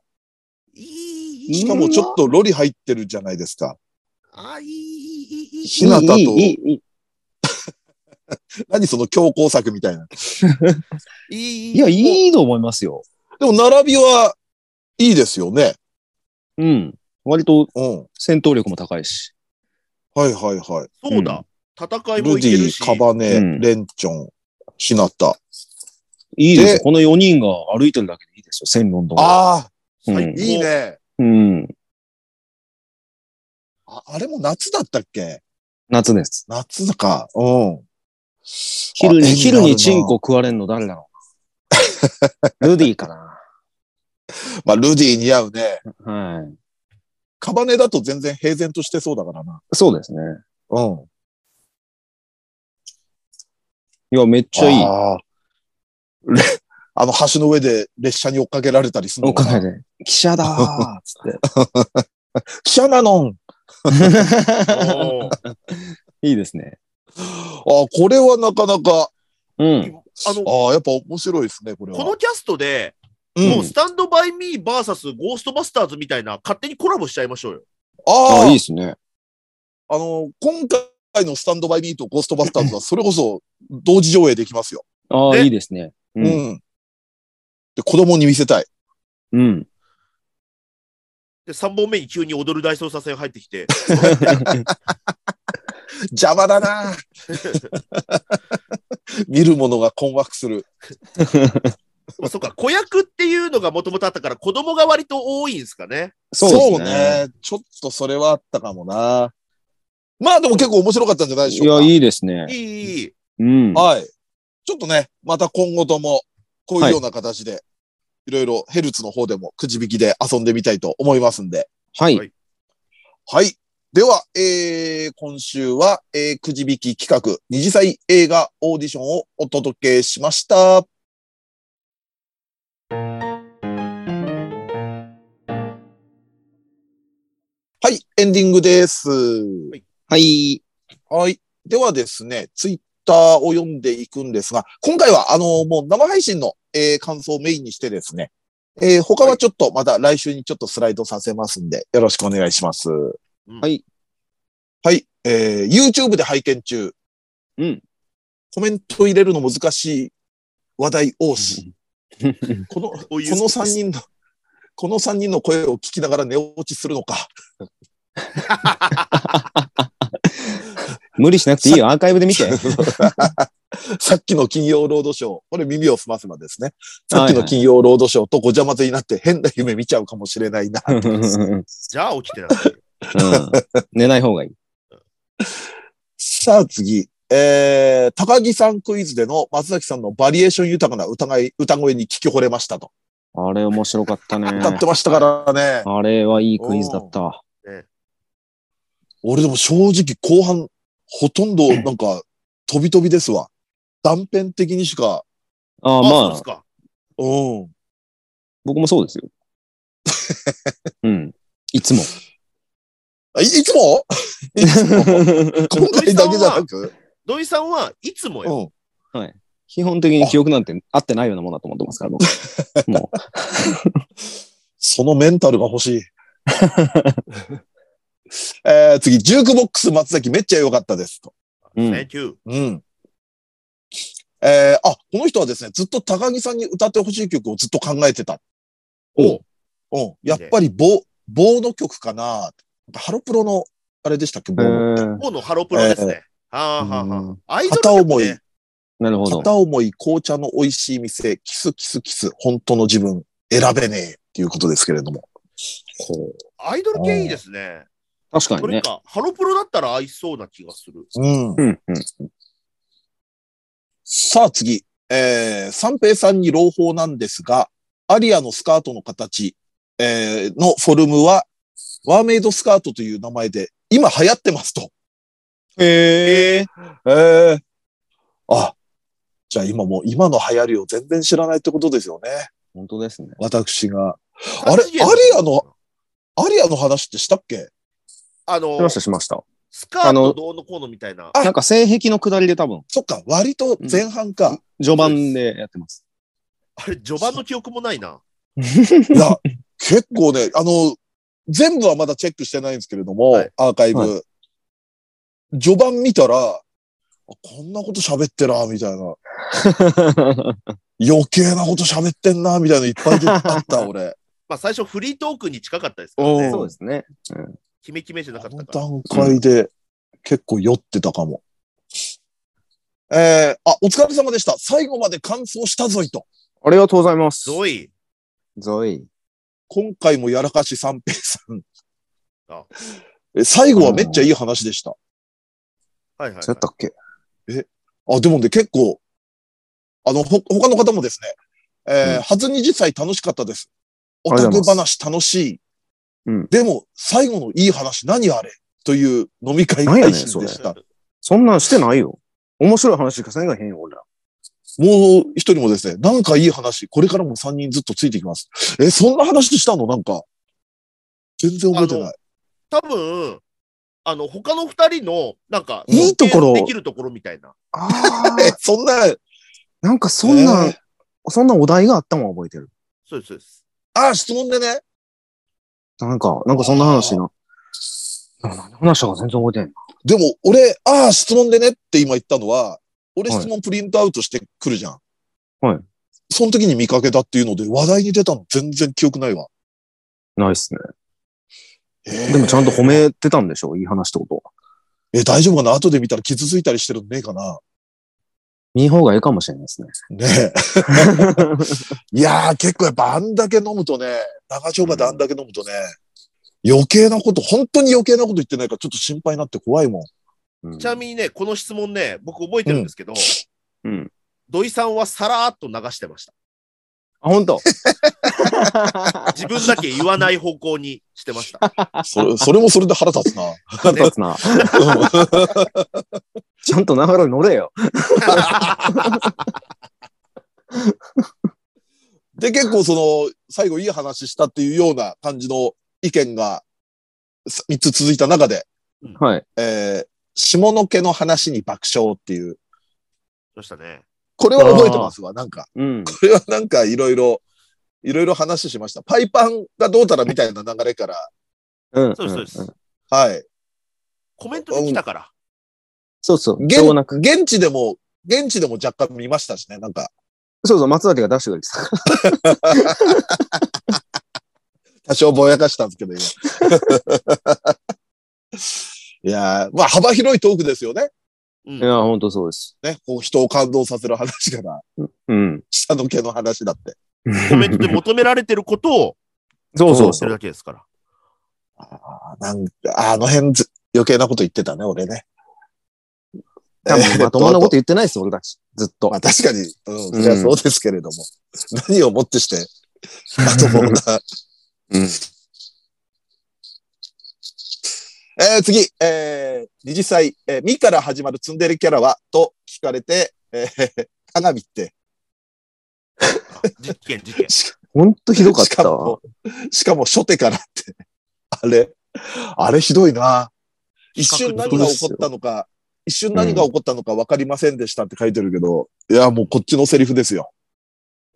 いい、いい。しかもちょっとロリ入ってるじゃないですか。ああ、いい、いい、いい、いい。ひなたといい、いいいい何その強行作みたいな。いい、いや、い。いいと思いますよ。でも並びはいいですよね。うん。割とうん。戦闘力も高いし。はいはいはい。そうだ。戦いもルいデけるィ、し。カバネ、うんレンチョン、ヒナタ。いいですでよ。この4人が歩いてるだけでいいですよ。線路のとこ。ああ、うん最高いい。ね。うん。ああれも夏だったっけ夏です。夏だか。うん。昼あに、昼にチン。絵なるコ食われんの誰なのルディかな。なまあ、ルディ似合うね。はい。カバネだと全然平然としてそうだからな。そうですね。うん。いや、めっちゃいい。ああれあの橋の上で列車に追っかけられたりするおのかなかげで。記者だ ーっつって。汽車なのんおーいいですね。あ、これはなかなか、うん。あの、ああ、やっぱ面白いですね、これこはの。キャストで、うんもうスタンドバイミーバーサスゴーストバスターズみたいな勝手にコラボしちゃいましょうよ。ああ、あいいですね。あの、今回のスタンドバイミーとゴーストバスターズはそれこそ同時上映できますよ。ああ、ねいいですね。ううんん。で、子供に見せたい。うん。で、3本目に急に踊る大捜査線入ってきて、邪魔だな見る者が困惑する。まあそっか、子役っていうのがもともとあったから子供が割と多いんですかね。そうですね。そうちょっとそれはあったかもな。まあでも結構面白かったんじゃないでしいょうや、か。いいですねい。い、いい。うん。はい。ちょっとね、また今後とも、こういうような形で、いろいろヘルツの方でもくじ引きで遊んでみたいと思いますんで。はい。はい。では、えー、今週は、えー、くじ引き企画、二次祭映画オーディションをお届けしました。はい、エンディングです。はい。はい。ではですね、ツイッターを読んでいくんですが、今回は、あの、もう生配信の、えー感想をメインにしてですね、えー他はちょっとまた来週にちょっとスライドさせますんで、よろしくお願いします。はい。はい。えー、YouTube で拝見中。うん。コメント入れるの難しい話題多し。この、ここういうの3人の、この三人の声を聞きながら寝落ちするのか。無理しなくていいよ。アーカイブで見 て。さっきの金曜ロードショー。これ耳を澄ませばですね。さっきの金曜ロードショーとごちゃ混ぜになって変な夢見ちゃうかもしれないな。うんじゃあ起きてなさい。寝ない方がいい。さあ次。えー、高木さんクイズでの松崎さんのバリエーション豊かな歌がい歌声に聞き惚れましたと。あれ面白かったね。歌ってましたからね。あれはいいクイズだった。俺でも正直後半、ほとんどなんか、飛び飛びですわ。断片的にしか。ああ、あそうまですあ、か。うん。僕もそうですよ。 うん。い つも。あいいつもいつも今回だけじゃなく土井さんはいつもうよ。ん。基本的に記憶なんて合ってないようなものだと思ってますから、僕。もう。そのメンタルが欲しい。 えー、次、ジュークボックス松崎めっちゃ良かったですと。うん Thank you. うん。えー、あ、この人はですね、ずっと高木さんに歌ってほしい曲をずっと考えてた。おうん。やっぱり棒、棒の曲かな。ハロプロの、あれでしたっけ棒の。今のハロプロですね。はあはあうはんあ。アイドル片曲ね思い。なるほど。片思い紅茶の美味しい店、キスキスキス、本当の自分、選べねえっていうことですけれども。アイドル系いいですね。確かそにれね。か、ハロプロだったら合いそうな気がする。うん。うん。うんさあ次。えー、三平さんに朗報なんですが、アリアのスカートの形、えーのフォルムは、ワーメイドスカートという名前で、今流行ってますと。へえ。えー。あ、じゃあ今もう今の流行りを全然知らないってことですよね。本当ですね。私が。あれ三次元アリアの。アリアの話ってしたっけあしのまし、た、しました。スカートどうのこうのみたいな。あなんか性癖の下りで多分、そっか、割と前半か。序盤でやってます。あれ、序盤の記憶もないな。いや、結構ね、あの、全部はまだチェックしてないんですけれども、はいアーカイブ。は序盤見たら、あこんなこと喋ってら、みたいな。余計なこと喋ってんな、みたいなのいっぱい出てあ った、俺。まあ、最初フリートークに近かったですけどうんね。そうですね。決め決めじゃなかこったのから。段階で結構酔ってたかも。えー、あ、お疲れ様でした。最後まで完走したぞいと。ありがとうございます。ゾイ。ゾイ。今回もやらかし三平さんあ。え最後はめっちゃいい話でした。はいはいそうやったっけあ、でもね、結構、あの、ほ、他の方もですね、えーうん初二次祭楽しかったです。オりがタとうごクざいま話楽しい。うんでも、最後のいい話何あれという飲み会何やね配ん信でした。そんなんしてないよ。面白い話しかせんがへんよ、 俺ら。もう一人もですね、なんかいい話、これからも三人ずっとついてきます。え、そんな話したのなんか。全然覚えてない。多分、あの、他の二人の、なんか、いいところ尊敬できるところみたいな。ああえ、そんな、なんかそんなんそんなお題があったもん覚えてる。そうです、そうです。ああ、質問でね。なんか、なんかそんな話な。なんか話したか全然覚えてない。でも、俺、ああ、質問でねって今言ったのは、俺質問プリントアウトしてくるじゃん。はい。その時に見かけたっていうので、話題に出たの全然記憶ないわ。ないっすね。えでもちゃんと褒めてたんでしょいい話ってことは。え、大丈夫かな後で見たら傷ついたりしてるのねえかな見方がいいかもしれないですね。 ねえ。いやー、結構やっぱあんだけ飲むとね、長丁場であんだけ飲むとね、余計なこと、本当に余計なこと言ってないからちょっと心配になって怖いもん。うんちなみにね、この質問ね、僕覚えてるんですけど、うん。土井さんはさらーっと流してました。あ、本当自分だけ言わない方向にしてました。それ、それもそれで腹立つな。腹立つな。ちゃんと流れに乗れよ。で、結構その、最後いい話したっていうような感じの意見が3つ続いた中で、はい。えー、下の毛の話に爆笑っていう、そうしたね。これは覚えてますわ、なんか。うん。これはなんかいろいろ、いろいろ話しました。パイパンがどうたらみたいな流れから、うん。そうです、そうです。はい。コメントで来たから。そうそう。現しょうがなく現地でも、現地でも若干見ましたしね、なんか。そうそう、松崎が出してくれてた。多少ぼやかしたんですけど、今。 いやー、まあ幅広いトークですよね。うんいや、本当そうです。ね、こう人を感動させる話から、うん。下の毛の話だって。コメントで求められてることを そうそうしてそる う。だけですから。あーなんか、あの辺ず余計なこと言ってたね、俺ね。多分まともなこと言ってないです、俺たち。ずっとまあ。確かに、うん、うんそりゃそうですけれども。何をもってして、あともな。うんえー次、えー、20歳、えー、みから始まるツンデレキャラはと聞かれて、えー、鏡って、実験、実験。ほんとひどかっしかたわも。、しかも初手からって、あれ、あれひどいな。一瞬何が起こったのか、一瞬何が起こったのか分かりませんでしたって書いてるけど、いや、もうこっちのセリフですよ。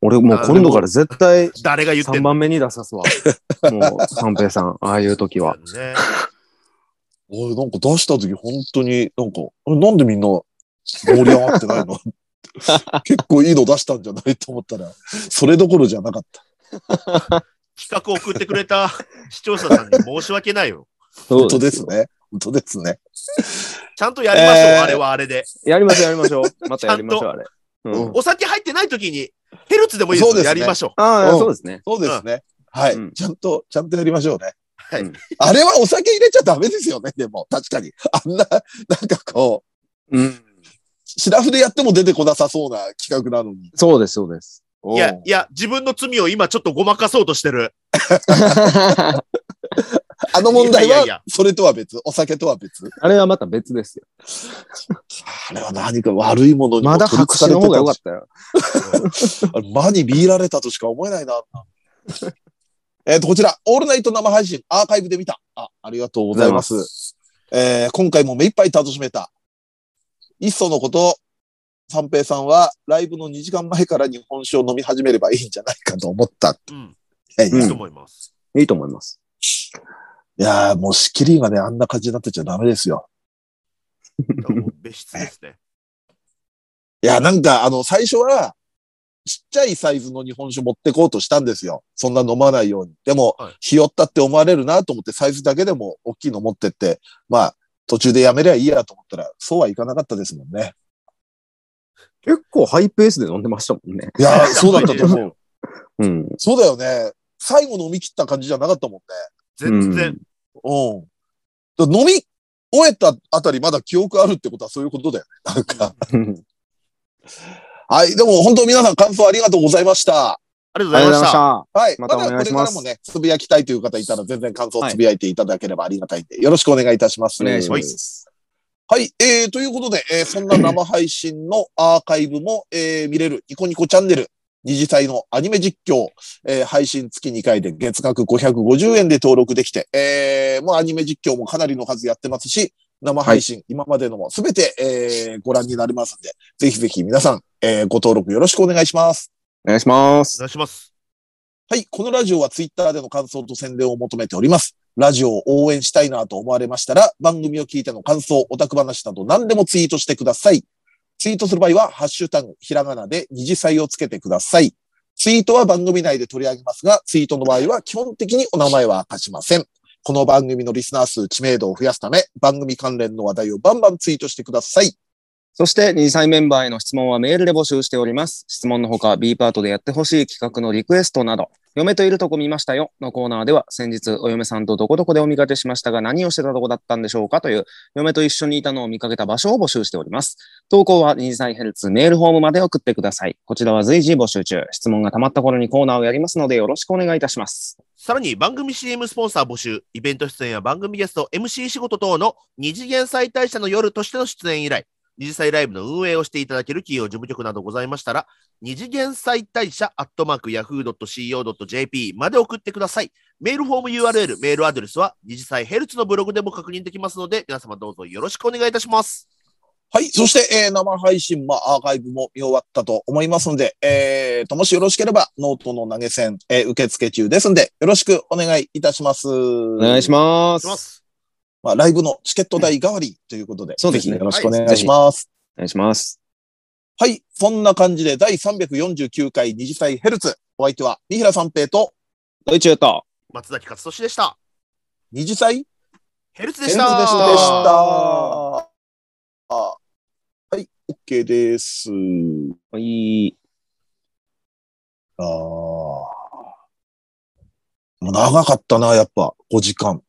俺もう今度から絶対誰が言って3んの番目に出さ すわ。もう、三平さん、ああいう時は。ね、おい、なんか出した時本当になんか、あれなんでみんな盛り上がってない の結構いいの出したんじゃないと思ったら、それどころじゃなかった。企画を送ってくれた視聴者さんに申し訳ないよ。そ本当ですね。本当ですね。ちゃんとやりましょう、えーあれはあれで。やりましょう、やりまし ょう。またやりましょう、あれ。とうんお酒入ってない時に、ヘルツでもいいですそうですねやりましょあうあ、んそうですね。そうですね。はい、うんちゃんと、ちゃんとやりましょうね。はいあれはお酒入れちゃダメですよね、でも。確かに。あんな、なんかこう、うん。シラフでやっても出てこなさそうな企画なのに。そうです、そうです。う。いや、いや、自分の罪を今ちょっとごまかそうとしてる。あの問題いやいやいやは、それとは別。お酒とは別。あれはまた別ですよ。あれは何か悪いものにも まだ取り白憑かれ紙のて方がた良かっしたよ。あれ魔に見入られたとしか思えないな。えっと、こちら、オールナイト生配信、アーカイブで見た。あ、ありがとうございます。えー今回も目いっぱい楽しめた。いっそのこと、三平さんは、ライブの2時間前から日本酒を飲み始めればいいんじゃないかと思った。うん、いやいやいいいと思います。いいと思います。やーもう仕切りがね、あんな感じになってちゃダメですよ。だからもう別室ですね。いやーなんか、あの、最初は、ちっちゃいサイズの日本酒持ってこうとしたんですよ。そんな飲まないように。でもはい、ひよったって思われるなと思って、サイズだけでも大きいの持ってって、まあ、途中でやめりゃいいやと思ったら、そうはいかなかったですもんね。結構ハイペースで飲んでましたもんね。いやーそうだったと思う。うん。そうだよね。最後飲み切った感じじゃなかったもんね。全然。うん。だ飲み終えたあたりまだ記憶あるってことはそういうことだよね。なん か。うん。はい。でも本当皆さん感想ありがとうございました。ありがとうありがとごうござざいいままし。したた。はい。ままたたお願いしますこれからもね、つぶやきたいという方いたら全然感想をつぶやいていただければありがたいんで、よろしくお願いいたします。お願いしまはいす。はい。えー、ということで、えーそんな生配信のアーカイブも、えー見れるニコニコチャンネル、二次祭のアニメ実況、えー配信月2回で月額550円で登録できて、えーもうアニメ実況もかなりの数やってますし、生配信、今までのもすべて、えーご覧になれますんで、ぜひぜひ皆さん、えーご登録よろしくお願いします。お願いしまおす。願いします。はい、このラジオはツイッターでの感想と宣伝を求めております。ラジオを応援したいなと思われましたら、番組を聞いての感想、オタク話など何でもツイートしてください。ツイートする場合は、ハッシュタグ、ひらがなで二次祭をつけてください。ツイートは番組内で取り上げますが、ツイートの場合は基本的にお名前は明かしません。この番組のリスナー数、知名度を増やすため、番組関連の話題をバンバンツイートしてください。そして、二次祭メンバーへの質問はメールで募集しております。質問のほか、B パートでやってほしい企画のリクエストなど、嫁といるとこ見ましたよのコーナーでは、先日、お嫁さんとどこどこでお見かけしましたが、何をしてたとこだったんでしょうかという、嫁と一緒にいたのを見かけた場所を募集しております。投稿は二次祭ヘルツメールフォームまで送ってください。こちらは随時募集中。質問が溜まった頃にコーナーをやりますので、よろしくお願いいたします。さらに番組 CM スポンサー募集、イベント出演や番組ゲスト、MC 仕事等の二次元再大社の夜としての出演以来、二次祭ライブの運営をしていただける企業、事務局などございましたら、二次元再大社アットマーク yahoo.co.jp まで送ってください。メールフォーム URL、メールアドレスは二次祭ヘルツのブログでも確認できますので、皆様どうぞよろしくお願いいたします。はい。そして、えー生配信、まあ、アーカイブも見終わったと思いますので、えー、と、もしよろしければ、ノートの投げ銭、えー受付中ですんで、よろしくお願いいたします。おお願いしましす。ます。まあ、ライブのチケット代代わりということで、そうですねぜひよろしくお願いします。お願いします。はい。そんな感じで、第349回二次祭ヘルツ。お相手は、三平三平と、ドイチューと、松崎勝利でした。二次祭ヘルツでヘし。ルツでしたた。あはい。OK です。はい。あーもう長かったな、やっぱ、5時間。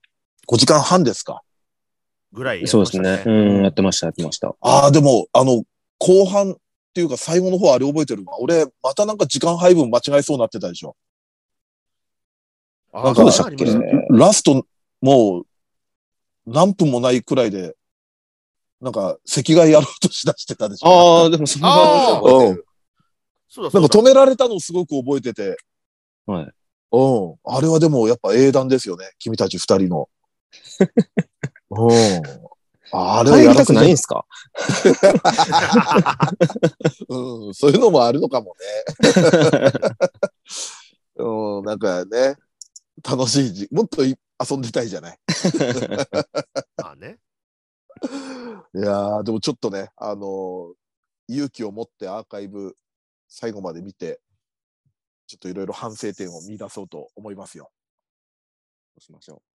5時間半ですか。ぐらいやってそうまでしたすね、ね。うん、やってました、やってました。ああ、でも、あの、後半っていうか最後の方あれ覚えてるわ俺、またなんか時間配分間違えそうになってたでしょ。あなんーかそうでしたっけえーラスト、もう、何分もないくらいで、なんか、席替えやろうとしだしてたでしょ。ああ、でもそんなあー覚えてるそうだそなうんだか止められたのすごく覚えてて。はい。うん。あれはでもやっぱ英断ですよね。君たち二人の。うん。あれは帰やりらたせくてないんです かうん、そういうのもあるのかもね。うん、なんかね、楽しいじ、もっとい遊んでたいじゃない。まあね。いやー、でもちょっとね、あのー勇気を持ってアーカイブ、最後まで見て、ちょっといろいろ反省点を見出そうと思いますよ。しましょう。